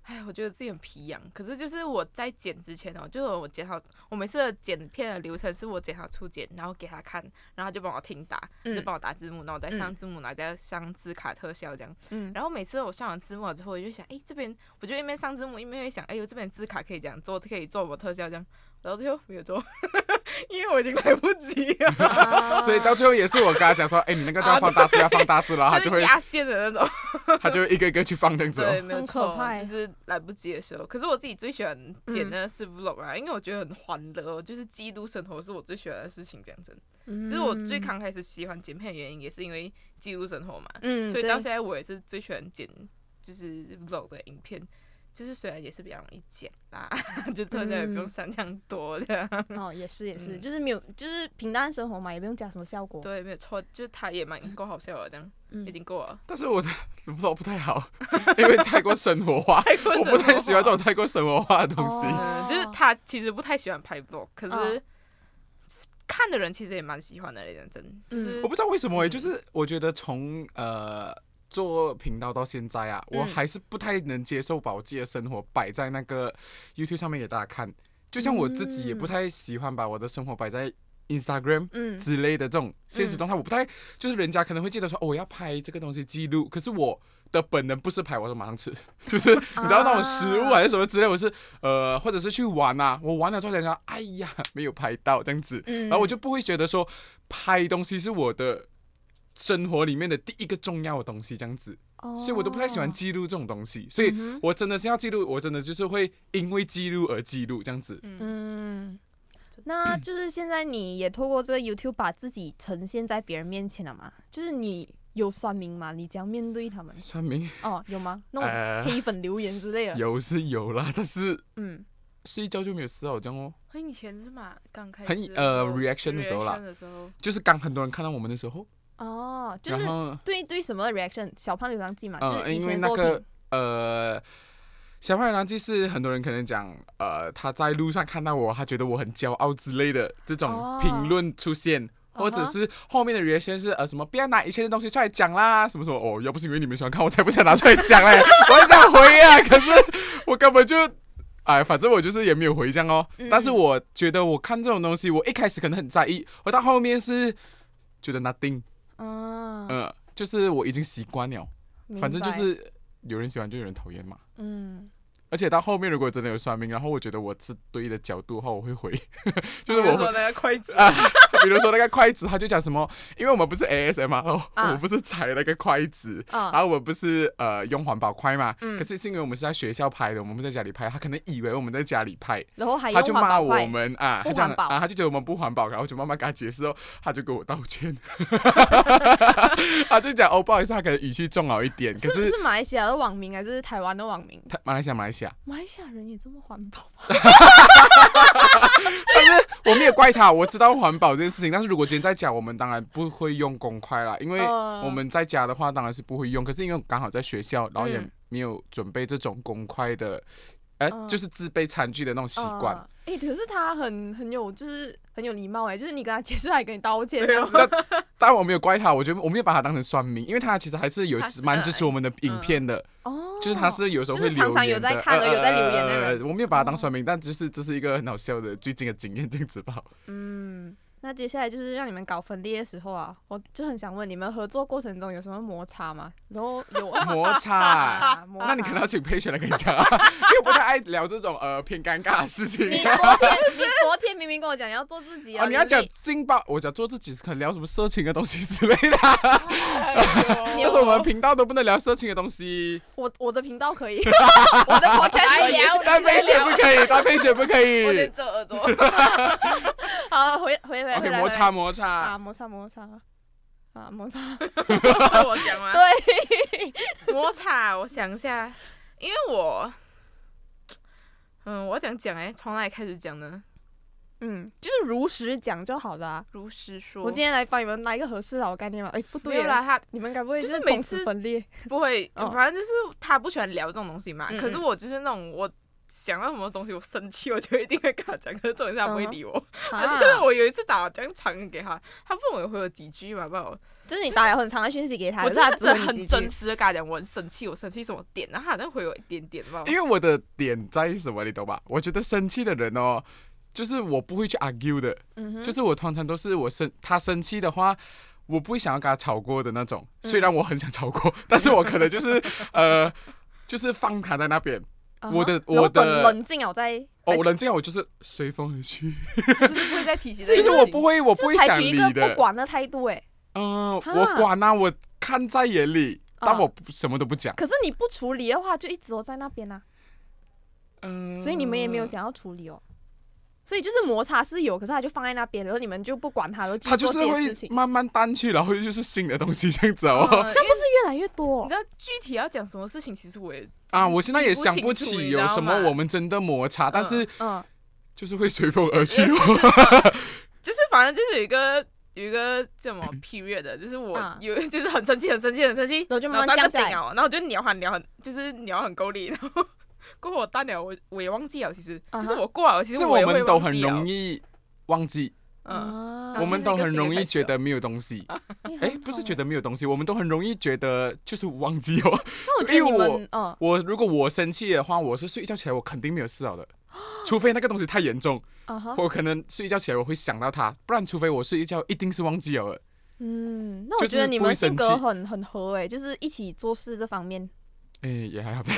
Speaker 2: 哎，我觉得自己很皮痒。可是就是我在剪之前哦，就是我剪好，我每次的剪片的流程是我剪好初剪，然后给他看，然后他就帮我听打，
Speaker 1: 嗯
Speaker 2: 就帮我打字幕，然后我再
Speaker 1: 嗯
Speaker 2: 上字幕，然后再上字卡特效这样。
Speaker 1: 嗯
Speaker 2: 然后每次我上完字幕了之后，我就想，哎，这边我就一边上字幕一边会想，哎呦，这边字卡可以这样做，可以做我特效这样，然后最后没有做， *laughs* 因为我已经来不及
Speaker 1: *laughs*
Speaker 2: 了，
Speaker 1: 啊
Speaker 3: *laughs* 所以到最后也是我跟他讲说，哎，你那个都要放大字，要放大字
Speaker 2: *laughs*
Speaker 3: 了，他就
Speaker 2: 就是
Speaker 3: 会
Speaker 2: 压线的那种，
Speaker 3: 他就会一个一个去放这样子 *laughs*
Speaker 2: 对，
Speaker 3: 哦。
Speaker 2: 没有
Speaker 1: 很
Speaker 2: 错
Speaker 1: 可怕，欸
Speaker 2: 就是来不及的时候。可是我自己最喜欢剪的是 vlog 啊，因为我觉得很欢乐，就是记录生活是我最喜欢的事情，讲真。
Speaker 1: 嗯
Speaker 2: 其实我最刚开始喜欢剪片的原因，也是因为记录生活嘛，
Speaker 1: 嗯，
Speaker 2: 所以到
Speaker 1: 对
Speaker 2: 现在我也是最喜欢剪就是 vlog 的影片，就是虽然也是比较容易剪啦， *laughs* 就特效也不
Speaker 1: 嗯
Speaker 2: 用上这样多的，
Speaker 1: 哦也是也是，
Speaker 2: 嗯
Speaker 1: 就是没有就是平淡生活嘛，也不用加什么效果。
Speaker 2: 对，没有错，就是它也蛮够好笑了，这样、
Speaker 1: 嗯
Speaker 2: 已经够了。
Speaker 3: 但是我的 vlog 不太好， *laughs* 因为太过生活化，
Speaker 2: 太过
Speaker 3: 我
Speaker 2: 生活
Speaker 3: 不太喜欢这
Speaker 2: 化
Speaker 3: 种太过生活化的东西。
Speaker 1: 哦
Speaker 2: 嗯，就是他其实不太喜欢拍 vlog，可
Speaker 1: 哦
Speaker 2: 是看的人其实也蛮喜欢的嘞，讲
Speaker 1: 嗯
Speaker 2: 真，就是
Speaker 3: 我
Speaker 1: 哦
Speaker 3: 不知道为什么、欸，就是我觉得从呃做频道到现在啊，
Speaker 1: 嗯
Speaker 3: 我还是不太能接受把我自己的生活摆在那个 YouTube 上面给大家看，就像我自己也不太喜欢把我的生活摆在 Instagram。
Speaker 1: 嗯
Speaker 3: 之类的这种现实动态，我不太就是人家可能会记得说，哦，我要拍这个东西记录，可是我的本能不是拍，我就马上吃， *laughs* 就是
Speaker 1: 啊
Speaker 3: 你知道那种食物还是什么之类，我是呃，或者是去玩啊，我玩了之后想想，哎呀，没有拍到这样子，
Speaker 1: 嗯，
Speaker 3: 然后我就不会觉得说拍东西是我的生活里面的第一个重要的东西这样子，
Speaker 1: 哦，
Speaker 3: 所以我都不太喜欢记录这种东西，所以
Speaker 1: 嗯哼
Speaker 3: 我真的是要记录，我真的就是会因为记录而记录这样子。
Speaker 2: 嗯，
Speaker 1: 嗯。那就是现在，你也透过这个 YouTube 把自己呈现在别人面前了嘛？就是你有酸民嘛？你怎样面对他们？
Speaker 3: 算命
Speaker 1: 哦，有吗？那种
Speaker 3: 呃
Speaker 1: 黑粉留言之类的。
Speaker 3: 有是有啦，但是
Speaker 1: 嗯，
Speaker 3: 睡觉就没有事啊，我这样哦，
Speaker 2: 很以前是嘛，刚开始
Speaker 3: 很
Speaker 2: 的时候
Speaker 3: 呃，reaction 的时候啦
Speaker 2: reaction 的时候
Speaker 3: 就是刚很多人看到我们的时候，
Speaker 1: 哦，就
Speaker 3: 然
Speaker 1: 是
Speaker 3: 后
Speaker 1: 对对什么 reaction？小胖流浪记嘛，啊就
Speaker 3: 呃，
Speaker 1: 是以
Speaker 3: 因为
Speaker 1: 前
Speaker 3: 那
Speaker 1: 作品。
Speaker 3: 个
Speaker 1: 哦
Speaker 3: 呃，小胖流浪记是很多人可能讲，呃，他在路上看到我，他觉得我很骄傲之类的这
Speaker 1: 哦
Speaker 3: 种评论出现。或者
Speaker 1: 嗯哼
Speaker 3: 是后面的 reaction 是呃什么不要拿以前的东西出来讲啦，什么什么哦，要不是因为你们喜欢看，我才不想拿出来讲嘞， *laughs* 我很想回啊，可是我根本就，哎，反正我就是也没有回这样哦。
Speaker 1: 嗯
Speaker 3: 但是我觉得我看这种东西，我一开始可能很在意，我到后面是觉得 nothing，
Speaker 1: 啊，
Speaker 3: 嗯、呃，就是我已经习惯了。
Speaker 1: 明
Speaker 3: 反正就
Speaker 1: 白
Speaker 3: 是有人喜欢就有人讨厌嘛。
Speaker 1: 嗯，
Speaker 3: 而且到后面如果真的有算命，然后我觉得我是对的角度的话，我会回， *laughs* 就是
Speaker 2: 比如
Speaker 3: 我
Speaker 2: 说
Speaker 3: 会
Speaker 2: 那个筷
Speaker 3: *laughs*
Speaker 2: 子，
Speaker 3: 啊，比如说那个筷子，他就讲什么，因为我们不是 ASMR 咯，
Speaker 1: 啊
Speaker 3: 我不是踩那个筷子。
Speaker 1: 啊
Speaker 3: 然后我们不是呃用环保筷嘛，
Speaker 1: 嗯
Speaker 3: 可是是因为我们是在学校拍的，我们不在家里拍，他可能以为我们在家里拍，
Speaker 1: 然后还
Speaker 3: 他
Speaker 1: 用
Speaker 3: 就
Speaker 1: 环
Speaker 3: 骂
Speaker 1: 保
Speaker 3: 我
Speaker 1: 筷
Speaker 3: 们啊，
Speaker 1: 不
Speaker 3: 他讲
Speaker 1: 环保
Speaker 3: 啊，他就觉得我们不环保，然后我就慢慢跟他解释哦，他就跟我道
Speaker 1: *laughs*
Speaker 3: 歉，他就讲哦不好意思，他可能语气重了一点，可
Speaker 1: 是是马来西亚的网民还是台湾的网民？
Speaker 3: 他马来西亚，马来西亚，
Speaker 1: 马来西亚人也这么环保吗？
Speaker 3: 我没有怪他，我知道环保这件事情。但是如果今天在家，我们当然不会用公筷啦，因为
Speaker 1: 嗯
Speaker 3: 我们在家的话当然是不会用。可是因为刚好在学校，然后也
Speaker 1: 嗯
Speaker 3: 没有准备这种公筷的，呃，
Speaker 1: 嗯
Speaker 3: 就是自备餐具的那种习惯。
Speaker 1: 啊。哎、可是他很很有，就是很有礼貌哎、就是你跟他解释，还跟你道歉。
Speaker 2: 对哦
Speaker 1: 这样子
Speaker 3: 但我没有怪他，我觉得我没有把他当成算命，因为他其实还是有
Speaker 2: 他是
Speaker 3: 蛮支持我们的影片的，
Speaker 1: 哦，
Speaker 3: 就是他是有时候
Speaker 1: 呃就
Speaker 3: 会
Speaker 1: 是
Speaker 3: 留言
Speaker 1: 常
Speaker 3: 的。
Speaker 1: 常有在看
Speaker 3: 呃
Speaker 1: 而有在留言的哦
Speaker 3: 呃
Speaker 1: 人
Speaker 3: 呃我没有把他当算命，但就是这是一个很好笑的最近的经验，这样子吧。
Speaker 1: 嗯。那接下来就是让你们搞分裂的时候啊，我就很想问你们合作过程中有什么摩擦吗？然后有
Speaker 3: *laughs* 摩
Speaker 1: *laughs*
Speaker 3: 擦。
Speaker 1: 啊摩擦
Speaker 3: 那你可能要请佩璇来跟你讲啊， *laughs* 因为我不太爱聊这种呃偏尴尬的事
Speaker 1: *laughs*
Speaker 3: 情。哦
Speaker 1: 你昨天你昨天明明跟我讲要做自己啊，
Speaker 3: 啊，你要讲
Speaker 1: 累
Speaker 3: 劲爆，我讲做自己，可能聊什么色情的东西之类的啊。 *laughs*
Speaker 2: 哎
Speaker 1: 你
Speaker 3: 但
Speaker 1: 有
Speaker 3: 是我们频道都不能聊色情的
Speaker 1: *laughs*
Speaker 3: 东西，
Speaker 1: 我我的频道可以，我的 podcast 可以
Speaker 2: 聊
Speaker 3: 搭配雪不
Speaker 1: *laughs*
Speaker 3: 可以，搭配雪不可
Speaker 2: 我先
Speaker 3: 以。
Speaker 2: 遮耳朵，
Speaker 1: 好，回回回回
Speaker 3: OK，
Speaker 1: 来
Speaker 3: 摩
Speaker 1: 回来
Speaker 3: 擦摩擦
Speaker 1: 啊，，摩擦摩擦啊，摩擦。
Speaker 2: *laughs* 是我讲 *laughs* 吗？
Speaker 1: 对，
Speaker 2: 摩擦，我想一下，因为我，嗯，我怎样讲哎，从哪里开始讲呢？
Speaker 1: 嗯，就是如实讲就好了啊、
Speaker 2: 如实说，
Speaker 1: 我今天来帮你们拿一个合适的我概念嘛。哎、不
Speaker 2: 没
Speaker 1: 对
Speaker 2: 有啦，
Speaker 1: 啦，
Speaker 2: 他
Speaker 1: 你们该不会
Speaker 2: 就是每
Speaker 1: 从此
Speaker 2: 次
Speaker 1: 分裂？
Speaker 2: *laughs* 不会，
Speaker 1: 哦
Speaker 2: 反正就是他不喜欢聊这种东西嘛。
Speaker 1: 嗯嗯
Speaker 2: 可是我就是那种我。想到什么东西，我生气，我就一定会跟他讲。可是重点是他不会理我。 *laughs* 而且
Speaker 1: 嗯啊
Speaker 2: 我有一次打这样长给他，他问我回有几句嘛，不然我
Speaker 1: 就是你打了很长的讯息给他，
Speaker 2: 我
Speaker 1: 可
Speaker 2: 真
Speaker 1: 是他
Speaker 2: 的
Speaker 1: 只
Speaker 2: 真
Speaker 1: 回
Speaker 2: 的
Speaker 1: 你
Speaker 2: 很
Speaker 1: 几句
Speaker 2: 真实的跟他讲，我很生气，我生气什么点，然后他好像回我一点点吧。
Speaker 3: 因为我的点在什么，你懂吧？我觉得生气的人哦，就是我不会去 argue 的，
Speaker 1: 嗯哼，
Speaker 3: 就是我通常都是我生他生气的话，我不会想要跟他吵过的那种。
Speaker 1: 嗯
Speaker 3: 虽然我很想吵过，但是我可能就是
Speaker 1: *laughs*
Speaker 3: 呃，就是放他在那边。
Speaker 1: 啊哈
Speaker 3: 我的
Speaker 1: 然后
Speaker 3: 我
Speaker 1: 等
Speaker 3: 的
Speaker 1: 冷静了再
Speaker 3: 哦，我冷静啊，我就是随风而去，
Speaker 2: 就是不会再提起这个事
Speaker 3: 就
Speaker 2: 情。
Speaker 3: 是我不会，我不
Speaker 1: 就
Speaker 3: 会
Speaker 1: 采
Speaker 3: 想
Speaker 1: 取一
Speaker 3: 理
Speaker 1: 个不
Speaker 3: 的。
Speaker 1: 管的态度哎、
Speaker 3: 嗯，
Speaker 1: 哈
Speaker 3: 我管啊，我看在眼里，但
Speaker 1: 啊
Speaker 3: 我不什么都不讲。
Speaker 1: 可是你不处理的话，就一直都在那边啊，
Speaker 3: 嗯，
Speaker 1: 所以你们也没有。想要处理哦。所以就是摩擦是有，可是他就放在那边，然后你们就不管他，然后继
Speaker 3: 他
Speaker 1: 续
Speaker 3: 就
Speaker 1: 做
Speaker 3: 是
Speaker 1: 自己的事
Speaker 3: 会嗯
Speaker 1: 情，啊
Speaker 3: 慢慢淡去，然后就是新的东西这样子 *laughs* 哦。
Speaker 2: 嗯
Speaker 1: 这样不是越来越多哦
Speaker 2: 你知道具体要讲什么事情，其实我也
Speaker 3: 啊，我现在也想
Speaker 2: 不清楚
Speaker 3: 起有什么我，们真的摩擦，但是
Speaker 1: 嗯，
Speaker 3: 就是会随风而去哦。
Speaker 2: 你知道吗就是反正就是有一个有一个叫什么
Speaker 3: 嗯
Speaker 2: period 的，就是我
Speaker 1: 啊
Speaker 2: 有 *laughs* 就是很生气，很生气，很生气，
Speaker 1: 然后就慢慢
Speaker 2: 到一个
Speaker 1: 降下来
Speaker 2: 顶哦，然后我就鸟喊鸟喊，就是鸟很够力，然后过后我大鸟我我也忘记了，其实
Speaker 1: 啊哈
Speaker 2: 就是我过了，其
Speaker 3: *laughs* 是
Speaker 2: 实
Speaker 3: 我
Speaker 1: 哦
Speaker 2: 也
Speaker 3: 们
Speaker 2: 会
Speaker 3: 都
Speaker 2: 忘
Speaker 3: 很
Speaker 2: 记了
Speaker 3: 容易忘记，
Speaker 2: 嗯，
Speaker 1: 啊
Speaker 2: 然后
Speaker 3: 我们都很容易
Speaker 2: 就是一
Speaker 3: 觉
Speaker 2: 个新的哦
Speaker 3: 得没有东
Speaker 2: *laughs*
Speaker 3: 西。
Speaker 1: 哎
Speaker 3: 哎，
Speaker 1: 很
Speaker 3: 不是
Speaker 1: 好
Speaker 3: 觉得没有东西，我们都很容易觉得就是忘记哦。 *laughs*
Speaker 1: 那我觉得你
Speaker 3: 因为
Speaker 1: 们，嗯，
Speaker 3: 我如果我生气的话，我是睡一觉起来我肯定没有事
Speaker 2: *gasps*
Speaker 3: 了的，除非那个东西太严重，
Speaker 1: 啊
Speaker 2: 哦
Speaker 1: 哈，
Speaker 3: 我可能睡一觉起来我会想到它，不然除非我睡一觉一定是忘记了的。
Speaker 1: 嗯，那我
Speaker 3: 就是
Speaker 1: 觉得你
Speaker 3: 不会
Speaker 1: 们性
Speaker 3: 生
Speaker 1: 格
Speaker 3: 气
Speaker 1: 很很合诶、就是一起做事这方面。
Speaker 3: 哎，也还好吧。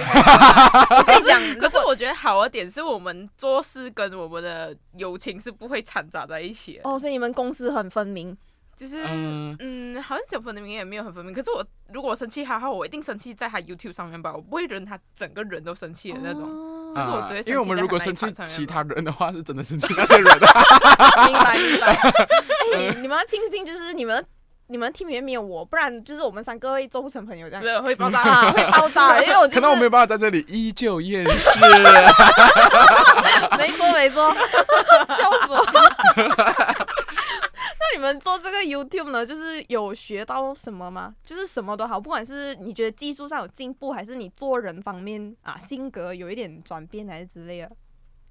Speaker 1: 我 *laughs* 跟你讲，
Speaker 2: 可是我觉得好的点是我们做事跟我们的友情是不会掺杂在一起的，
Speaker 3: 啊
Speaker 1: 哦，所以你们公私很分明。
Speaker 2: 就是
Speaker 3: *laughs* 嗯，
Speaker 2: 嗯，好像讲分明也没有很分明。可是我如果生气他的话，我一定生气在他 YouTube 上面吧，我不会忍他整个人都生气的那种。
Speaker 1: 哦
Speaker 2: 就是我
Speaker 3: 啊
Speaker 2: 只会生气
Speaker 3: 因为我们如果
Speaker 2: 在他
Speaker 3: 生
Speaker 2: 那一
Speaker 3: 气
Speaker 2: 趴上面吧
Speaker 3: 其他人的话，是
Speaker 2: *laughs*
Speaker 3: 真的生气那些人啊。
Speaker 1: *laughs* 明白明白。哎、你们要庆幸，就是你们你们 team 里面没有我，不然就是我们三个会做不成朋友这样
Speaker 2: 真。的会爆炸。
Speaker 1: 啊，会爆炸，因为我就
Speaker 3: 可能我没
Speaker 1: 是
Speaker 3: 有办法在这里依旧厌
Speaker 2: *laughs*
Speaker 3: 世。
Speaker 1: *laughs* 没错没错，笑死我。 *laughs* 那你们做这个 YouTube 呢，就是有学到什么吗？就是什么都好，不管是你觉得技术上有进步，还是你做人方面啊性格有一点转变，还是之类的，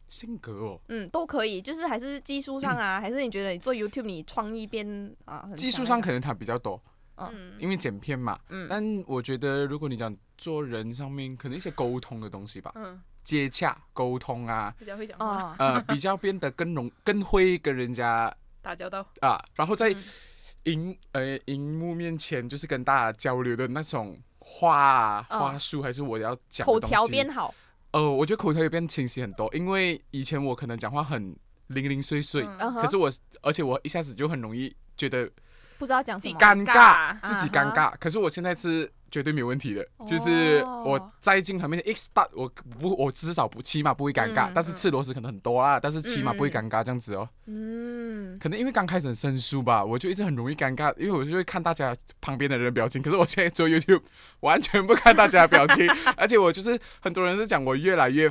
Speaker 3: 性格哦，
Speaker 1: 嗯，都可以。就是还是技术上啊，还是你觉得你做 YouTube 你创意变啊，很
Speaker 3: 嗯技术
Speaker 1: 强
Speaker 3: 上
Speaker 1: 那
Speaker 3: 可能他比较多，
Speaker 2: 嗯，
Speaker 3: 因为剪片嘛。
Speaker 1: 嗯
Speaker 3: 但我觉得如果你讲做人上面，可能一些沟通的东西吧，
Speaker 2: 嗯，
Speaker 3: 接洽、沟
Speaker 1: *laughs*
Speaker 3: 通啊，
Speaker 2: 比较会讲
Speaker 1: 个
Speaker 2: 话，
Speaker 1: 啊，
Speaker 3: 呃，比较变得更容、更会跟人家
Speaker 2: 打交道。
Speaker 3: 啊，然后在
Speaker 2: 嗯
Speaker 3: 荧呃荧幕面前就是跟大家交流的那种话啊、
Speaker 1: 嗯
Speaker 3: 话术，还是我要讲的
Speaker 1: 口
Speaker 3: 东
Speaker 1: 条
Speaker 3: 西
Speaker 1: 变好，
Speaker 3: 呃，我觉得口条也变清晰很多，因为以前我可能讲话很零零碎碎，
Speaker 2: 嗯
Speaker 1: 嗯哼
Speaker 3: 可是我而且我一下子就很容易觉得
Speaker 1: 不知道讲什么
Speaker 2: 尴。
Speaker 3: 尴尬
Speaker 2: 尬，
Speaker 3: 自己
Speaker 1: 嗯
Speaker 3: 尴尬。可是我现在是绝对没有问题的，
Speaker 1: 哦
Speaker 3: 就是我在镜头面前一 start，我不我至少不起码不会尴尬，
Speaker 1: 嗯
Speaker 3: 但是吃螺丝可能很多啦，但是起码不会
Speaker 1: 嗯
Speaker 3: 尴尬这样子哦。
Speaker 1: 嗯，
Speaker 3: 可能因为刚开始很生疏吧，我就一直很容易尴尬，因为我就会看大家旁边的人的表情。可是我现在做 YouTube 完全不看大家的表
Speaker 1: *laughs*
Speaker 3: 情，而且我就是很多人是讲我越来越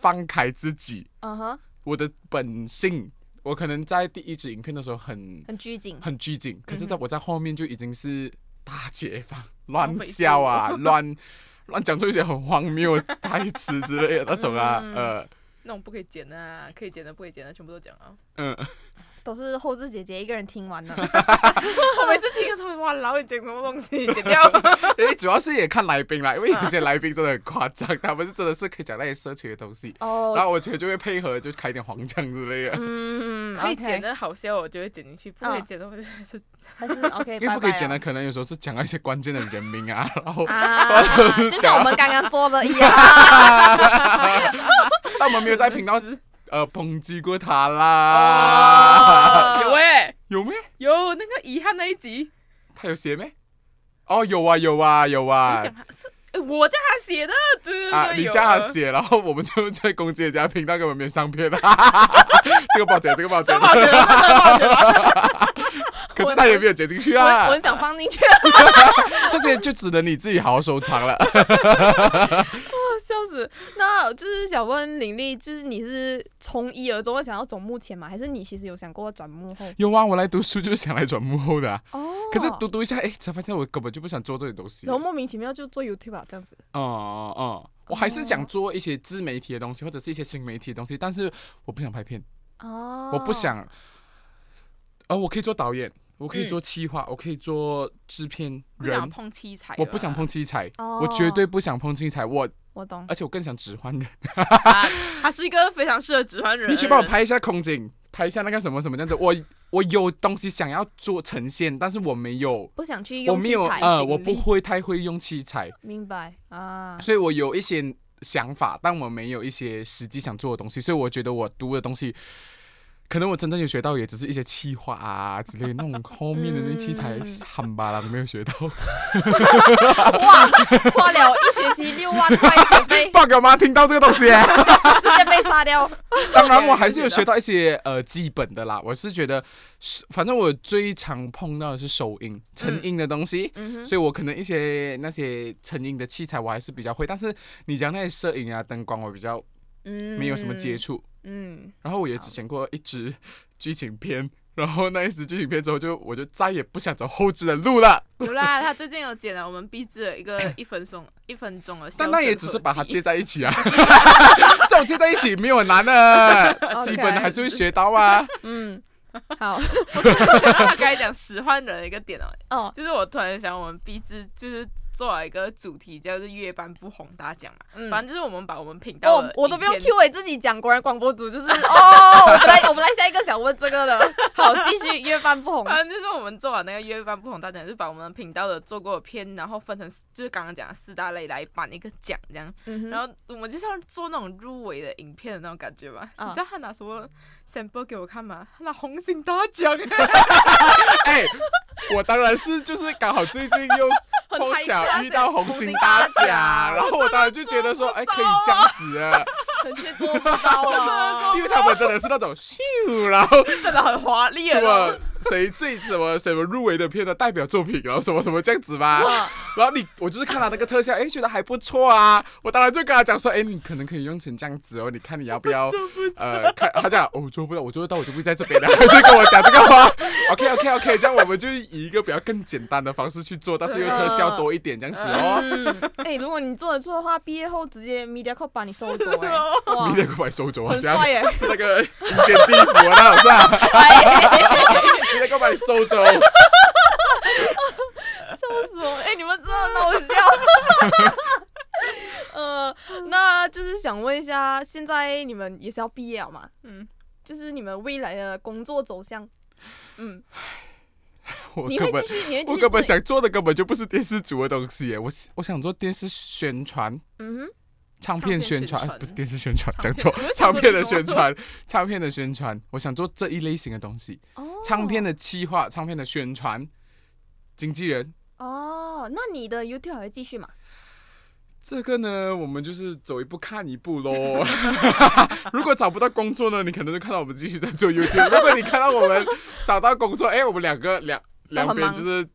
Speaker 3: 放开自己，
Speaker 1: 嗯哼，
Speaker 3: 我的本性，我可能在第一支影片的时候很
Speaker 1: 很拘谨。
Speaker 3: 很拘谨，可是在
Speaker 1: 嗯
Speaker 3: 我在后面就已经是大解放，乱笑啊， *laughs* 乱乱讲出一些很荒谬的台词之类的那种啊，
Speaker 1: 嗯
Speaker 3: 呃
Speaker 2: 那种不可以剪的啊，可以剪的不可以剪的全部都讲啊。
Speaker 3: 嗯，
Speaker 1: 都是后置姐姐一个人听
Speaker 3: *laughs*
Speaker 1: 完了。
Speaker 2: 我每次听的时候，哇，老你剪什么东西，剪掉。
Speaker 3: 因为主要是也看来宾啦，因为有些来宾真的很夸张，他们是真的是可以讲那些色情的东西，然
Speaker 1: 哦，
Speaker 3: 后我觉得就会配合，就开一点黄腔之类的，
Speaker 1: 嗯，
Speaker 2: 可以剪
Speaker 1: OK，
Speaker 2: 的好笑，我就会剪进去；不可以剪 *laughs* 的，我
Speaker 3: *laughs*
Speaker 2: 就是
Speaker 1: 还是 OK，
Speaker 3: *laughs*
Speaker 1: 啊
Speaker 3: 因为不可以剪
Speaker 1: 的
Speaker 3: 的，可能有时候是讲到一些关键的人
Speaker 1: *laughs*
Speaker 3: 名啊，然后
Speaker 1: 啊，
Speaker 3: *laughs*
Speaker 1: 就像我们刚刚做的一样。
Speaker 3: 但我们没有在频道
Speaker 2: 真的是
Speaker 3: 呃抨击过他
Speaker 1: 哦
Speaker 3: 啦，
Speaker 2: 有哎，
Speaker 3: 有没？
Speaker 2: 有那个遗憾那一集，
Speaker 3: 他有写没？哦，有啊，有啊，有啊
Speaker 2: 我。讲他是呃我叫他写的，真
Speaker 3: *laughs* 啊，
Speaker 2: 的
Speaker 3: 你
Speaker 2: 有
Speaker 3: 叫他
Speaker 2: 啊
Speaker 3: 写，然后我们就在攻击人家频道，根本没有上片 *laughs* 的。这个报警，这个报警
Speaker 2: 真，好学吧，真好学吧。
Speaker 3: 可是他也没有剪进去啊
Speaker 1: 我。很想放进去，
Speaker 3: 这些就只能你自己好好收藏了。
Speaker 1: 笑死。 *laughs* 那就是想问玲玲，就是你是从一而终会想要走幕前吗？还是你其实有想过转幕后？
Speaker 3: 有啊，我来读书就是想来转幕后的啊、
Speaker 1: 哦
Speaker 3: 可是读读一下，哎，才发现我根本就不想做这些东西。
Speaker 1: 然后
Speaker 3: 哦
Speaker 1: 莫名其妙就做 YouTube 啊这样子。
Speaker 3: 哦哦，我还是想做一些自媒体的东西，或者是一些新媒体的东西，但是我不想拍片。
Speaker 1: 哦
Speaker 3: 我不。想，呃，我可以做导演，我可以
Speaker 1: 嗯
Speaker 3: 做企划，我可以做制片
Speaker 2: 不想
Speaker 3: 人，
Speaker 2: 碰七彩，
Speaker 3: 我不想碰器材，
Speaker 1: 哦
Speaker 3: 我绝对呃不想碰器材，我
Speaker 1: 我懂。
Speaker 3: 而且我更想指换人。
Speaker 2: 啊。他是一个非常适合指环人。
Speaker 3: 你去帮我拍一下空景，拍一下那个什么什么这样子，我我有东西想要做呈现，但是我没有。
Speaker 1: 不想去
Speaker 3: 我
Speaker 1: 用
Speaker 3: 没
Speaker 1: 器
Speaker 3: 有
Speaker 1: 材，
Speaker 3: 呃，
Speaker 2: 行
Speaker 3: 我不
Speaker 2: 李
Speaker 3: 会太会用器材，
Speaker 1: 明白啊？
Speaker 3: 所以我有一些想法，但我没有一些实际想做的东西，所以我觉得我读的东西，可能我真正有学到也只是一些气话啊之类的那种后面的那器材
Speaker 1: 嗯
Speaker 3: *laughs* 很巴拉都没有学到，
Speaker 1: 啊哇，花了一学期六万块学
Speaker 3: *laughs*
Speaker 1: 费，
Speaker 3: 报给我妈听到这个东西、啊。
Speaker 1: 直接被杀掉。 *laughs*
Speaker 3: 当然我还是有学到一些呃基本的啦，我是觉得是，反正我最常碰到的是收音成音的东西。
Speaker 1: 嗯哼。
Speaker 3: 所以我可能一些那些成音的器材我还是比较会，但是你讲那些摄影啊、灯光，我比较
Speaker 1: 嗯
Speaker 3: 没有什么接。触。
Speaker 1: 嗯，
Speaker 3: 然后我也只剪过一支剧情片，然后那一支剧情片之后就，我就再也不想走后置的路了。
Speaker 2: 有啦，他最近有剪了我们壁纸的一个一分钟一分钟的，
Speaker 3: 哎但那也只是把它接。在一
Speaker 1: *laughs*
Speaker 3: 起啊，这种接在一起没有很
Speaker 1: *laughs*
Speaker 3: 难的，基本还是会学到啊。
Speaker 1: 嗯，好，
Speaker 2: 想到他刚才讲使唤人的一个点哦，
Speaker 1: *laughs* 哦，
Speaker 2: 就是我突然想，我们壁纸就是做了一个主题，叫做“月半不红”，大家讲嘛。
Speaker 1: 嗯
Speaker 2: 反正就是我们把我们频道
Speaker 1: 哦
Speaker 2: 的，
Speaker 1: 我都不用
Speaker 2: 影片
Speaker 1: Q 我自己讲，果然广播组就是哦，我们来，我们来下一个想问这个
Speaker 2: *laughs*
Speaker 1: 的，好，继续约饭不红，
Speaker 2: 反正就是我们做完那个月半不红大奖，就是把我们频道的做过的片，然后分成就是刚刚讲的四大类来颁一个奖这样。
Speaker 1: 嗯
Speaker 2: 然
Speaker 1: 哼，
Speaker 2: 后我们就像做那种入围的影片的那种感觉嘛。
Speaker 1: 嗯
Speaker 2: 你知道他拿什么 sample 给我看吗？他拿红星大
Speaker 1: *laughs*
Speaker 2: 奖， *laughs*
Speaker 3: *laughs* 哎，我当然是就是刚好最近又碰巧遇到红星大奖，然后我当然就觉得说，哎，可以这样子啊，
Speaker 1: 臣妾
Speaker 2: *laughs*
Speaker 1: 做不到啊，
Speaker 3: 因为他们真的是那种咻，然后
Speaker 2: 真的很华丽
Speaker 3: *laughs* 什
Speaker 2: 啊！
Speaker 3: 么谁最什么什么入围的片的代表作品，然后什么什么这样子吧。然后你我就是看他那个特效，哎，觉得还不错啊，我当然就跟他讲说，哎，你可能可以用成这样子哦，你看你要
Speaker 1: *laughs*
Speaker 3: 不要？呃，看他讲，哦，我做不到，我做得到，我就不在这边了， *laughs* 他就跟我讲这个话。OK OK OK，这样我们就以一个比较更简单的方式去做，但是又特效多一点这样子哦。
Speaker 1: 哎、如果你做得出的话，毕业后直接 Media Corp 把你收走、哎、哇
Speaker 2: 哦
Speaker 3: *laughs* 明，天过来收走啊，
Speaker 1: 很
Speaker 3: 这样
Speaker 1: 帅欸耶、
Speaker 3: 是那个阴间地府啊，那种是吧？ *laughs* 明天过来把你收
Speaker 1: *laughs*
Speaker 3: 走。
Speaker 1: *laughs* 笑死我！哎、你们真的闹笑。
Speaker 2: *laughs*
Speaker 1: 呃，那就是想问一下，现在你们也是要毕业了嘛？
Speaker 2: 嗯，
Speaker 1: 就是你们未来的工作走向，嗯，
Speaker 3: 我
Speaker 1: 你
Speaker 3: 根
Speaker 1: 会
Speaker 3: 本
Speaker 1: 继续，你会继
Speaker 3: 我
Speaker 1: 续
Speaker 3: 根本
Speaker 1: 哎做
Speaker 3: 想做的根本就不是电视组的东西耶，我是我想做电视宣传、
Speaker 1: 你，嗯哼，
Speaker 3: 唱
Speaker 2: 片
Speaker 3: 片宣
Speaker 2: 宣
Speaker 3: 传，
Speaker 2: 传
Speaker 3: 哎不是电视宣传，讲
Speaker 2: 片
Speaker 3: 错 *laughs*
Speaker 2: 我就，想
Speaker 3: 唱
Speaker 2: 说
Speaker 3: 片
Speaker 2: *laughs* 你
Speaker 3: 的
Speaker 2: 说
Speaker 3: 宣传，唱片的宣传，我想做这一类型的东西，
Speaker 1: 哦，
Speaker 3: 唱片的企划、唱片的宣传，经纪人。
Speaker 1: 哦，那你的 YouTube 还会继续吗？
Speaker 3: 这个呢，我们就是走一步看一步喽。如果找不到工作呢，你可能就看到我们继续在做 YouTube；如果你看到我们找到工作，哎，我们两个两两边
Speaker 1: 忙
Speaker 3: 就是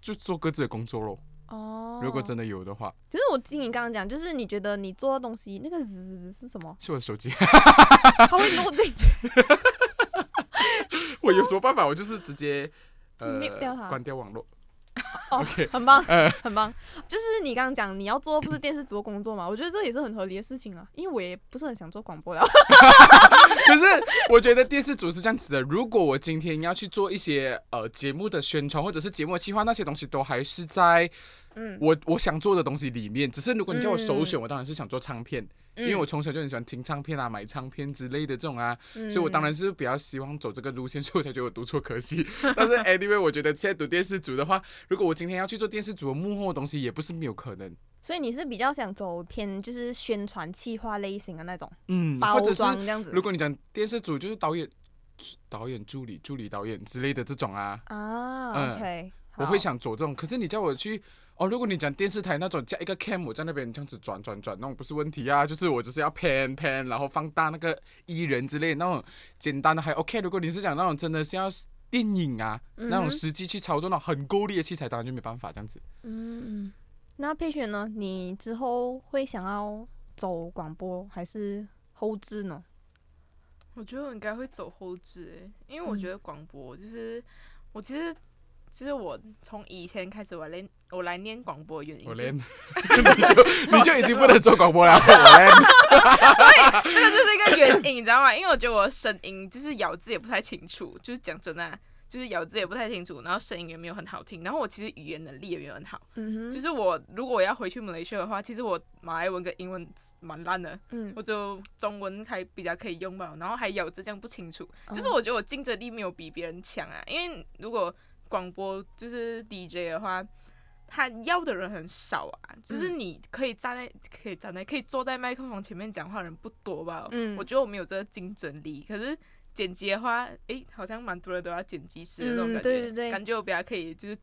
Speaker 3: 就做各自的工作喽。
Speaker 1: 哦，
Speaker 3: 如果真的有的话，？
Speaker 1: 其实我听你刚刚讲，就是你觉得你做的东西那个滋是什么 *laughs*
Speaker 3: 是我的手机。
Speaker 1: 它会漏进去。
Speaker 3: *laughs* 我有什么办法？我就是直接呃
Speaker 1: Mute 掉它
Speaker 3: 关掉网络。 *laughs*
Speaker 1: 哦
Speaker 3: OK，
Speaker 1: 很棒
Speaker 3: *laughs* 呃，
Speaker 1: 很棒。就是你刚刚讲你要做不是电视组的工作嘛，我觉得这也是很合理的事情啊，因为我也不是很想做广播
Speaker 3: *laughs*
Speaker 1: 的。
Speaker 3: 可是我觉得电视组是这样子的，如果我今天要去做一些呃节目的宣传或者是节目的企划那些东西，都还是在
Speaker 1: 嗯，
Speaker 3: 我我想做的东西里面。只是如果你叫我首选，
Speaker 1: 嗯
Speaker 3: 我当然是想做唱片，因为我从小就很喜欢听唱片啊、买唱片之类的这种啊，
Speaker 1: 嗯，
Speaker 3: 所以我当然是比较希望走这个路线，所以我才觉得我读错科系。 *laughs* 但是 anyway，我觉得现在读电视组的话，如果我今天要去做电视组的幕后的东西，也不是没有可能。
Speaker 1: 所以你是比较想走偏就是宣传企划类型的那种
Speaker 3: 嗯，
Speaker 1: 包
Speaker 3: 或者是
Speaker 1: 装这样子
Speaker 3: 如果你讲电视组，就是导演、导演助理、助理导演之类的这种啊，
Speaker 1: 啊、
Speaker 3: 嗯
Speaker 1: o k
Speaker 3: 我会想走这种。可是你叫我去哦，如果你讲电视台那种加一个 cam，我在那边这样子转转转，那种不是问题啊。就是我只是要 pan pan，然后放大那个艺人之类的那种简单的还 OK。如果你是讲那种真的是要电影啊、那
Speaker 1: 嗯哼
Speaker 3: 种实际去操作那种很够力的器材，当然就没办法这样子。
Speaker 1: 嗯，嗯那佩璇呢？你之后会想要走广播还是后置呢？
Speaker 2: 我觉得我应该会走后置、欸，因为我
Speaker 1: 嗯
Speaker 2: 觉得广播就是我其实其实我从以前开始我来我来念广播的原因，
Speaker 3: 我
Speaker 2: 就
Speaker 3: 连 *laughs* 你就你就已经不能做广播了，我连。
Speaker 2: 这个就是一 *laughs* 个原因，你知道吗？因为我觉得我声音就是咬字也不太清楚，就是讲真的啊、就是咬字也不太清楚，然后声音也没有很好听，然后我其实语言能力也没有很好。
Speaker 1: 嗯
Speaker 2: 就
Speaker 1: 哼，
Speaker 2: 是我如果我要回去马来西亚的话，其实我马来文跟英文蛮烂的，
Speaker 1: 嗯，
Speaker 2: 我就中文还比较可以用吧，然后还咬字这样不清楚，
Speaker 1: 哦
Speaker 2: 就是我觉得我竞争力没有比别人强啊，因为如果广播就是 DJ 的话。他要的人很少啊，就是你可以站在、可以站在、可以坐在麦克风前面讲话的人不多吧？
Speaker 1: 嗯
Speaker 2: 我觉得我没有这个竞争力。可是剪辑的话，诶、好像蛮多人都要剪辑师的那种
Speaker 1: 嗯
Speaker 2: 感觉，
Speaker 1: 对对对
Speaker 2: 感觉我比较可以
Speaker 1: *laughs*
Speaker 2: 就是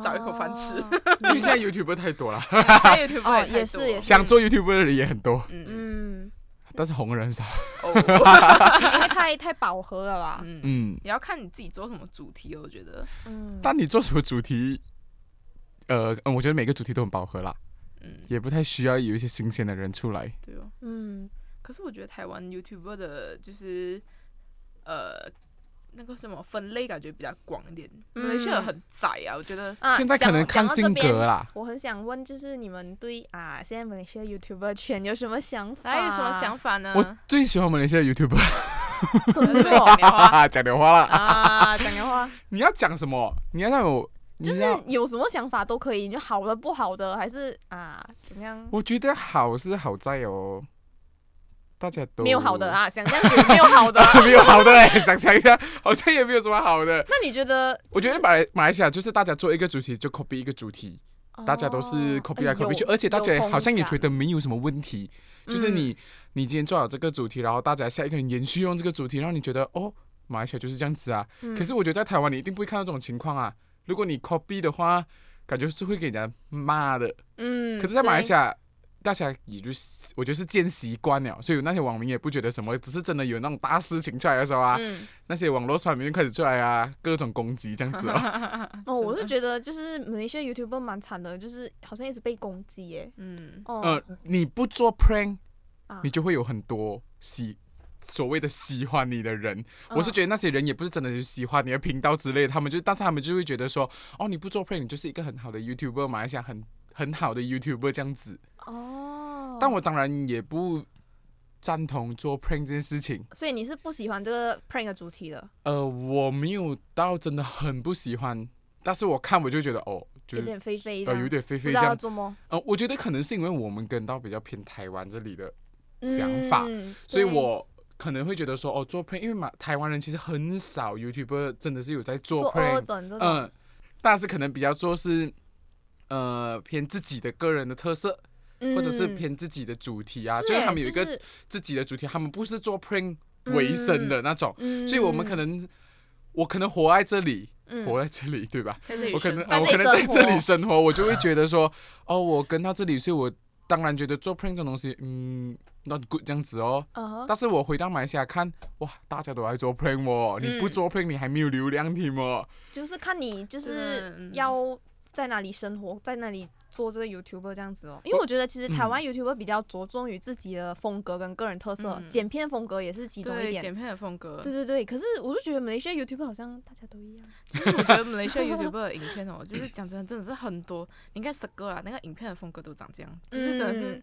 Speaker 2: 找一口饭吃
Speaker 3: *laughs*
Speaker 1: 哦
Speaker 3: 因为现在 YouTube 太多了，
Speaker 2: 在 YouTube
Speaker 1: 哦
Speaker 2: 也太
Speaker 1: 也是
Speaker 2: 多
Speaker 1: 也是
Speaker 3: 想做 YouTube 的人也很多，
Speaker 2: 嗯
Speaker 1: 嗯，
Speaker 3: 但是红的人很少。
Speaker 2: 哦，
Speaker 1: 因为太太饱和了啦。
Speaker 2: 嗯，
Speaker 3: *laughs* 嗯，
Speaker 2: 也要看你自己做什么主题哦，我觉得，
Speaker 1: 嗯，
Speaker 3: 但你做什么主题，呃，嗯我觉得每个主题都很饱和啦，
Speaker 2: 嗯，
Speaker 3: 也不太需要有一些新鲜的人出来。
Speaker 2: 对哦。
Speaker 1: 嗯，
Speaker 2: 可是我觉得台湾 YouTuber 的就是呃那个什么分类感觉比较广一点，马
Speaker 1: 嗯
Speaker 2: 来西亚很窄啊，我觉得。
Speaker 1: 啊
Speaker 3: 现在可能
Speaker 1: 讲
Speaker 3: 看
Speaker 1: 到
Speaker 3: 性
Speaker 1: 讲到这
Speaker 3: 格啊
Speaker 1: 边
Speaker 3: 啦，
Speaker 1: 我很想问，就是你们对啊，现在马来西亚 YouTuber 圈有什么想法？
Speaker 2: 哎，有什么
Speaker 1: *laughs*
Speaker 2: 想法呢？
Speaker 3: 我最喜欢马来西亚 YouTube，
Speaker 1: 怎么
Speaker 2: 对讲电话
Speaker 3: *laughs* 讲点话啦。
Speaker 1: 啊？讲的话，
Speaker 3: 你要讲什么？你要让我，你
Speaker 1: 就是
Speaker 3: 要
Speaker 1: 有什么想法都可以，你就好的、不好的，还是啊怎么样？
Speaker 3: 我觉得好是好在哦，大家都
Speaker 1: 没有好的，啊，想象久没有好的。
Speaker 3: *laughs* 没有好的、欸，想想一下，好像也没有什么好的。
Speaker 1: 那你觉得？
Speaker 3: 我觉得马来马来西亚就是大家做一个主题就 copy 一个主题，大家都是
Speaker 1: 哦
Speaker 3: copy 来
Speaker 1: 哎有
Speaker 3: copy 去，而且大
Speaker 1: 有
Speaker 3: 家
Speaker 1: 同
Speaker 3: 好像也
Speaker 1: 感
Speaker 3: 觉得没有什么问题。就是
Speaker 1: 嗯
Speaker 3: 你、你今天做好这个主题，然后大家下一个人延续用这个主题，然后你觉得哦，马来西亚就是这样子啊。
Speaker 1: 嗯
Speaker 3: 可是我觉得在台湾你一定不会看到这种情况啊。如果你 copy 的话，感觉是会给人家骂的。
Speaker 1: 嗯，
Speaker 3: 可是，在马来西亚大家也就是我觉得是见习惯了，所以那些网民也不觉得什么，只是真的有那种大事情出来的时候啊，
Speaker 2: 嗯，
Speaker 3: 那些网络上面就开始出来啊，各种攻击这样子哦。
Speaker 1: 哦，我是觉得就是马来西亚 YouTuber 蛮惨的，就是好像一直被攻击耶。
Speaker 2: 嗯，
Speaker 1: 哦，
Speaker 3: 呃，你不做 prank，
Speaker 1: 啊
Speaker 3: 你就会有很多喜所谓的喜欢你的人。我是
Speaker 1: 嗯
Speaker 3: 觉得那些人也不是真的是喜欢你的频道之类的，他们就，但是他们就会觉得说，哦，你不做 prank，你就是一个很好的 YouTuber，马来西亚很很好的 YouTuber 这样子。
Speaker 1: 哦，
Speaker 3: 但我当然也不赞同做 prank 这件事情。
Speaker 1: 所以你是不喜欢这个 prank 的主题的，
Speaker 3: 呃，我没有到真的很不喜欢，但是我看我就觉得哦，就
Speaker 1: 有
Speaker 3: 是
Speaker 1: 点飞飞的，
Speaker 3: 呃有点飞
Speaker 1: 不
Speaker 3: 飞
Speaker 1: 知
Speaker 3: 这
Speaker 1: 道要
Speaker 3: 样。
Speaker 1: 做么
Speaker 3: 呃，我觉得可能是因为我们跟到比较偏台湾这里的想法，
Speaker 1: 嗯
Speaker 3: 所以
Speaker 1: 对
Speaker 3: 我可能会觉得说哦，做 prank，因为嘛台湾人其实很少 YouTuber 真的是有在
Speaker 1: 做哦
Speaker 3: 做
Speaker 1: 二
Speaker 3: prank，
Speaker 1: 整这种，
Speaker 3: 嗯，但是可能比较做是。呃，偏自己的个人的特色，
Speaker 1: 嗯
Speaker 3: 或者是偏自己的主题啊，
Speaker 1: 是
Speaker 3: 就是
Speaker 1: 耶
Speaker 3: 他们有一
Speaker 1: 就
Speaker 3: 个
Speaker 1: 是
Speaker 3: 自己的主题，他们不是做 prank 为生的那种，
Speaker 1: 嗯
Speaker 3: 所以我们可能，我可能活在这里，
Speaker 1: 嗯
Speaker 3: 活在这里，
Speaker 1: *laughs*
Speaker 3: 对吧？
Speaker 2: 在这里
Speaker 3: 我可能
Speaker 2: 生
Speaker 1: 在
Speaker 3: 啊
Speaker 2: 活
Speaker 1: 这里
Speaker 3: 我可能在
Speaker 1: 生
Speaker 3: 这里
Speaker 1: 活
Speaker 3: 生活，我就会觉得说， *laughs* 哦，我跟到这里，所以我当然觉得做 prank 这种东西，嗯，not good 这样子哦。
Speaker 1: 嗯哼
Speaker 3: 但是我回到马来西亚看，哇，大家都在做 prank 哦，你不
Speaker 2: 嗯
Speaker 3: 做 prank 你还没有流量听哦。
Speaker 1: 就是看你就是
Speaker 2: 嗯
Speaker 1: 要在哪里生活，在哪里做这个 YouTuber 这样子哦。因为我觉得其实
Speaker 3: 嗯
Speaker 1: 台湾 YouTuber 比较着重于自己的风格跟个人特色，
Speaker 2: 嗯
Speaker 1: 剪片风格也是其中一
Speaker 2: 对
Speaker 1: 点。
Speaker 2: 剪片的风格，
Speaker 1: 对对对，可是我就觉得马来西亚 YouTuber 好像大家都一样。
Speaker 2: 我觉得马来西亚 YouTube 的影片哦，就是讲真的，真的是很多。你看 s 哥啦，那个影片的风格都长这样，就是真的是
Speaker 1: 嗯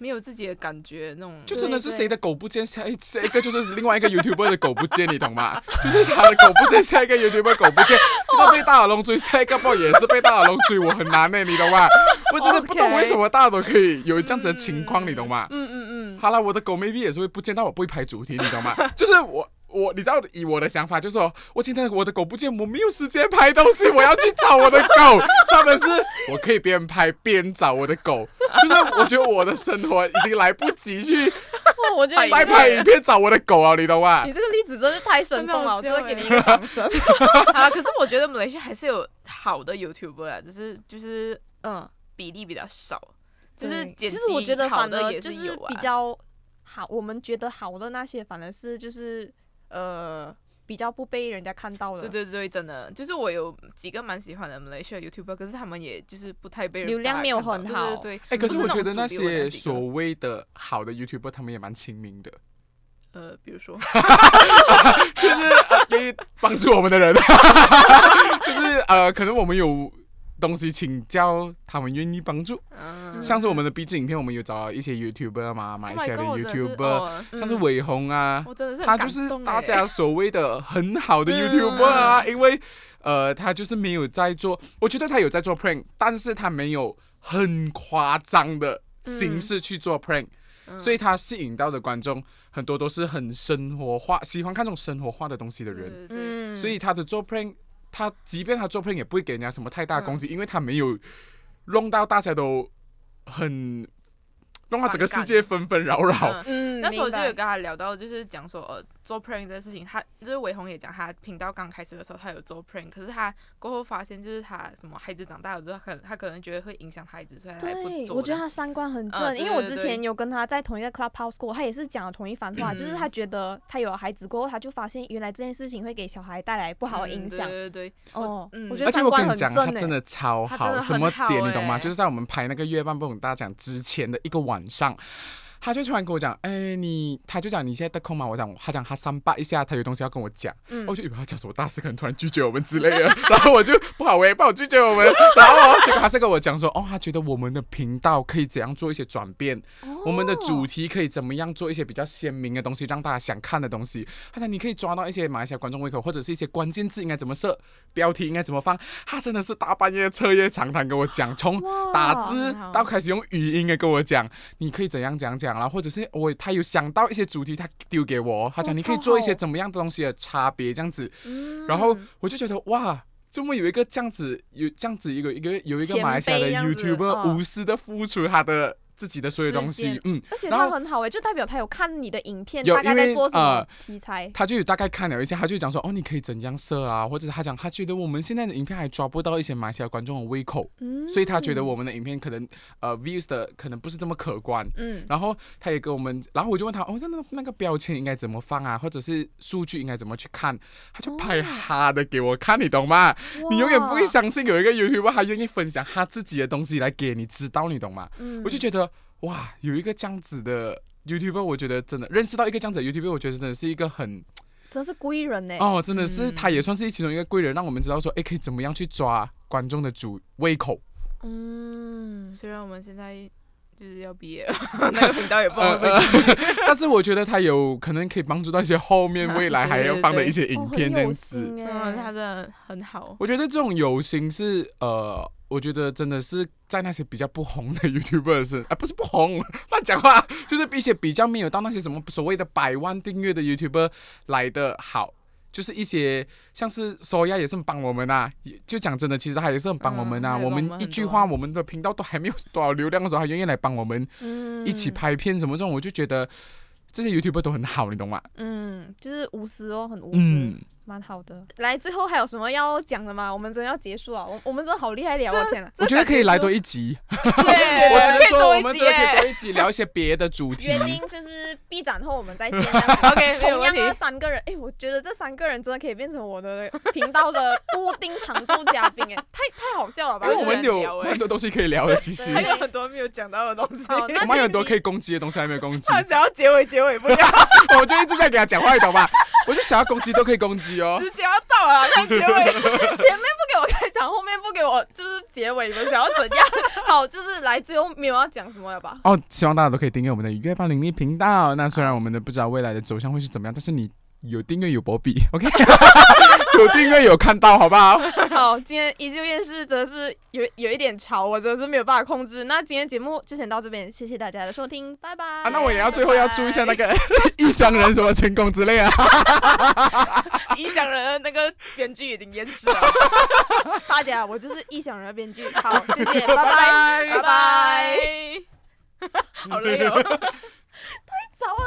Speaker 2: 没有自己的感觉那种。
Speaker 3: 就
Speaker 1: 对
Speaker 3: 真的是
Speaker 1: 对
Speaker 3: 谁的狗不见，下一下一个就是另外一个 YouTuber 的狗不见，你懂吗？ *laughs* 就是他的狗不见，下一个 YouTuber 狗不见，这个被大耳窿追，下一个不也是被大耳窿追，我很难呢、欸你懂吗？我真的不懂
Speaker 1: OK
Speaker 3: 为什么大家都可以有这样子的情况，你懂吗？
Speaker 1: 嗯嗯
Speaker 3: 好了，我的狗 maybe 也是会不见，但我不会拍主题，你懂吗？ *laughs* 就是我。我你知道，以我的想法就是说，我今天的我的狗不见，我没有时间拍东西，我要去找我的狗。他们是我可以边拍边找我的狗，就是我觉得我的生活已经来不及去
Speaker 1: 嗯，我觉得你
Speaker 3: 再
Speaker 1: 这个
Speaker 3: 拍影片找我的狗啊，你懂吗
Speaker 1: 你？这个例子真是太生动了，我
Speaker 2: 真
Speaker 1: 真
Speaker 2: 的好
Speaker 1: 的
Speaker 2: 笑
Speaker 1: 给你一个掌声。
Speaker 2: *laughs* 啊，可是我觉得马来西亚还是有好的 YouTuber 啦，只是就是
Speaker 1: 嗯，
Speaker 2: 比例比较少，就
Speaker 1: 对
Speaker 2: 是
Speaker 1: 其
Speaker 2: 剪
Speaker 1: 实
Speaker 2: 辑
Speaker 1: 我觉得
Speaker 2: 好
Speaker 1: 反
Speaker 2: 的
Speaker 1: 而
Speaker 2: 也
Speaker 1: 就是是
Speaker 2: 有啊
Speaker 1: 比较好，我们觉得好的那些反而是就是呃比较不被人家看到的。
Speaker 2: 对对对，真的就是我有几个蛮喜欢的马来西亚 YouTuber，可是他们也就是不太被人
Speaker 1: 流量
Speaker 2: 大家
Speaker 1: 没有
Speaker 2: 看到
Speaker 1: 很
Speaker 2: 对
Speaker 1: 好
Speaker 2: 对对，
Speaker 3: 哎、可是
Speaker 2: 不
Speaker 3: 我
Speaker 2: 是
Speaker 3: 觉得那
Speaker 2: 种主流的
Speaker 3: 些
Speaker 2: 几个
Speaker 3: 所谓的好的 YouTuber，他们也蛮亲
Speaker 2: *laughs*
Speaker 3: 民的，
Speaker 2: 呃，比如说
Speaker 3: 就是呃愿意帮助我们的人， *laughs* 就是呃，可能我们有东西请教，他们愿意帮助。
Speaker 2: 嗯，
Speaker 3: 像是我们的 B 站影片，我们有找到一些 YouTuber 嘛，马
Speaker 2: Oh my
Speaker 3: 来西亚的
Speaker 2: God，我真的是
Speaker 3: YouTuber，
Speaker 2: 哦
Speaker 3: 像是伟鸿啊，
Speaker 2: 我真的是
Speaker 3: 他
Speaker 2: 很
Speaker 3: 就
Speaker 2: 感
Speaker 3: 是
Speaker 2: 动
Speaker 3: 大
Speaker 2: 哎
Speaker 3: 家所谓的很好的
Speaker 1: 嗯
Speaker 3: YouTuber 啊，因为呃，他就是没有在做，我觉得他有在做 prank，但是他没有很夸张的形式去做 prank，、
Speaker 2: 嗯
Speaker 3: 所以他吸引到的观众很多都是很生活化，喜欢看这种生活化的东西的
Speaker 2: 对
Speaker 3: 人，
Speaker 2: 对对
Speaker 1: 嗯，
Speaker 3: 所以他的做 prank，他即便他做 prank 也不会给人家什么太大的攻击，因为他没有弄到大家都很弄到整个世界纷纷扰扰。
Speaker 2: 嗯
Speaker 1: 嗯，
Speaker 2: 那时候我就有
Speaker 1: 明
Speaker 2: 跟
Speaker 1: 白
Speaker 2: 他聊到，就是讲说，呃，做 prank 这件事情，他就是伟鸿也讲，他频道刚开始的时候他有做 prank，可是他过后发现，就是他什么孩子长大了之后，他可能他可能觉得会影响孩子，所以他还不
Speaker 1: 对，
Speaker 2: 做。
Speaker 1: 我觉得他三观很正，
Speaker 2: 嗯对
Speaker 1: 因为我
Speaker 2: 对
Speaker 1: 之
Speaker 2: 对
Speaker 1: 前有跟他在同一个 clubhouse 过，他也是讲了同一番话，
Speaker 2: 嗯
Speaker 1: 就是他觉得他有了孩子过后，他就发现原来这件事情会给小孩带
Speaker 2: *laughs*
Speaker 1: 来不好的
Speaker 2: 嗯
Speaker 1: 影响。
Speaker 2: 对对对，
Speaker 1: 哦，
Speaker 2: 嗯
Speaker 1: 我觉
Speaker 3: 而
Speaker 1: 得
Speaker 3: 且
Speaker 1: 三
Speaker 3: 我
Speaker 1: 观
Speaker 3: 跟你
Speaker 1: 很
Speaker 3: 讲，他
Speaker 1: 正欸诶。
Speaker 3: 真的超
Speaker 2: 他
Speaker 3: 好，
Speaker 2: 真的很
Speaker 3: 什么点
Speaker 2: 好
Speaker 3: 你懂吗？
Speaker 2: 欸
Speaker 3: 就是在我们拍那个月半不懂大奖之前的一个晚上，他就突然跟我讲，哎，你，他就讲你现在得空吗？我讲，他讲他三八一下，他有东西要跟我讲，
Speaker 1: 嗯
Speaker 3: 我就以为他讲什么大事，可能突然拒绝我们之类的， *laughs* 然后我就不好哎，不好拒绝我们， *laughs* 然后哦结果他是跟我讲说，哦，他觉得我们的频道可以怎样做一些转变，
Speaker 1: 欸
Speaker 3: 我们的主哦题可以怎么样做一些比较鲜明的东西，让大家想看的东西。他讲你可以抓到一些马来西亚观众胃口，或者是一些关键字应该怎么设，标题应该怎么放。他真的是大半夜彻夜长谈跟我讲，从
Speaker 1: 哦哇
Speaker 3: 打字
Speaker 2: 很好
Speaker 3: 到开始用语音的跟我讲，你可以怎样讲讲啦，或者是呃我他有想到一些主题，他丢给我，他讲
Speaker 1: 哇
Speaker 3: 你可以
Speaker 1: 超
Speaker 3: 做一些
Speaker 1: 好
Speaker 3: 怎么样的东西的差别这样子，
Speaker 1: 嗯
Speaker 3: 然后我就觉得哇。这么有一个这样子，有这样子一个一个有一个
Speaker 1: 前
Speaker 3: 马来西亚
Speaker 1: 辈
Speaker 3: 的
Speaker 1: 这样子
Speaker 3: YouTuber
Speaker 1: 哦
Speaker 3: 无私的付出他的自己的所有东
Speaker 2: 实
Speaker 3: 西
Speaker 2: 践，
Speaker 3: 嗯，
Speaker 1: 而且
Speaker 3: 然
Speaker 1: 他
Speaker 3: 后
Speaker 1: 很好哎、就代表他有看你的影片，
Speaker 3: 有
Speaker 1: 大概
Speaker 3: 因为
Speaker 1: 在做什么
Speaker 3: 呃
Speaker 1: 题材。
Speaker 3: 他就有大概看了一下，他就讲说，哦，你可以怎样设啊，或者是他讲他觉得我们现在的影片还抓不到一些马来西亚观众的胃口，
Speaker 1: 嗯，
Speaker 3: 所以他觉得我们的影片可能呃 views 的可能不是这么可观。
Speaker 1: 嗯
Speaker 3: 然后他也给我们，然后我就问他，哦，那那那个标签应该怎么放啊，或者是数据应该怎么去看？他就拍
Speaker 1: 哦
Speaker 3: 他的给我看，你懂吗？你永远不会
Speaker 1: 哇，
Speaker 3: 相信有一个 YouTuber 他愿意分享他自己的东西来给你知道，你懂吗？
Speaker 1: 嗯
Speaker 3: 我就觉得哇，有一个这样子的 YouTuber，我觉得真的认识到一个这样子的 YouTuber，我觉得真的是一个很
Speaker 1: 真是贵人欸呢、
Speaker 3: 哦，真的是
Speaker 2: 嗯
Speaker 3: 他也算是其中一个贵人，让我们知道说，哎，可以怎么样去抓观众的主胃口。
Speaker 1: 嗯，
Speaker 2: 虽然我们现在就是要
Speaker 1: *laughs*
Speaker 2: 毕业了，那个频道也不好会
Speaker 3: 但是我觉得他有可能可以帮助到一些后面未
Speaker 1: *laughs*
Speaker 3: 来还要放的一些
Speaker 1: 哦
Speaker 3: 影
Speaker 1: 很
Speaker 3: 片这
Speaker 1: 有
Speaker 3: 样子。
Speaker 1: 心
Speaker 2: 嗯，他
Speaker 1: 哎、
Speaker 2: 真的很好。
Speaker 3: 我觉得这种有心是呃，我觉得真的是在那些比较不红的 *laughs* YouTuber 是啊、不是不红，乱讲话，就是一些比较没有到那些什么所谓的百万订阅的 YouTuber 来的好。就是一些像是索亚也是很帮我们呐、也就讲真的，其实他也是很帮我们呐、
Speaker 2: 嗯他也
Speaker 3: 我
Speaker 2: 帮我们
Speaker 3: 们
Speaker 2: 很
Speaker 3: 一
Speaker 2: 多
Speaker 3: 句话，我们的频道都还没有多少流量的时候，他愿意来帮我们
Speaker 1: 嗯
Speaker 3: 一起，拍片什么这种，我就觉得这些 YouTuber 都很好，你懂吗？
Speaker 1: 嗯，就是无私哦，很无私，
Speaker 3: 嗯，
Speaker 1: 蛮好的。来，最后还有什么要讲的吗？我们真的要结束啊！我我们真的好厉害 *laughs* 聊，我天啊！
Speaker 3: 我觉得可以来多一集。
Speaker 2: 对
Speaker 3: *laughs* 我只能
Speaker 2: 可以
Speaker 3: 说，
Speaker 2: 多
Speaker 3: 我
Speaker 2: 一
Speaker 3: 们
Speaker 2: 集
Speaker 3: 真的可以
Speaker 2: 耶
Speaker 3: 多一起聊一些别的主题。
Speaker 1: 约定就是闭展后我们再见。啊这样子 *laughs*
Speaker 2: OK，没有
Speaker 1: 同
Speaker 2: 问
Speaker 1: 样
Speaker 2: 题。
Speaker 1: 的三个人，哎、我觉得这三个人真的可以变成我的 *laughs* 频道的固定常驻嘉宾，哎，太太好笑了吧
Speaker 3: 因？为我们
Speaker 2: 很
Speaker 3: 有
Speaker 2: 聊欸
Speaker 3: 很多东西可以聊的，其实
Speaker 2: 还有很多没有讲到的东西，
Speaker 1: 好那
Speaker 3: 我们还有很多可以攻击的东西还没
Speaker 2: *laughs*
Speaker 3: 有攻击，
Speaker 2: 他想要结尾结尾不了，
Speaker 3: 我就一直在给他讲话，你懂吧？我就想要攻击都可以攻击哦。
Speaker 2: 时间要到了，他结尾。
Speaker 1: 前面不给我开场，后面不给我就是结尾，你们想要怎 *laughs* 样？好，就是来最后没有要讲什么了吧？
Speaker 3: 哦，希望大家都可以订阅我们的愉快放灵力频道。那虽然我们的不知道未来的走向会是怎么样，但是你有订阅有波比，OK？有订阅有看到，好不好？
Speaker 1: 好，今天依旧厌世，真的是有有一点潮，我真的是没有办法控制。那今天节目就先到这边，谢谢大家的收听，拜拜。
Speaker 3: 啊，那我也要最后要祝一下那个 *laughs* 异乡人什么成功之类啊。
Speaker 2: *laughs* 异乡人的那个编剧已经淹
Speaker 1: *laughs*
Speaker 2: 死了。
Speaker 1: 大家，我就是异想人的编剧。好，谢谢，拜拜，拜拜。
Speaker 2: 好累哦。
Speaker 1: 糟了。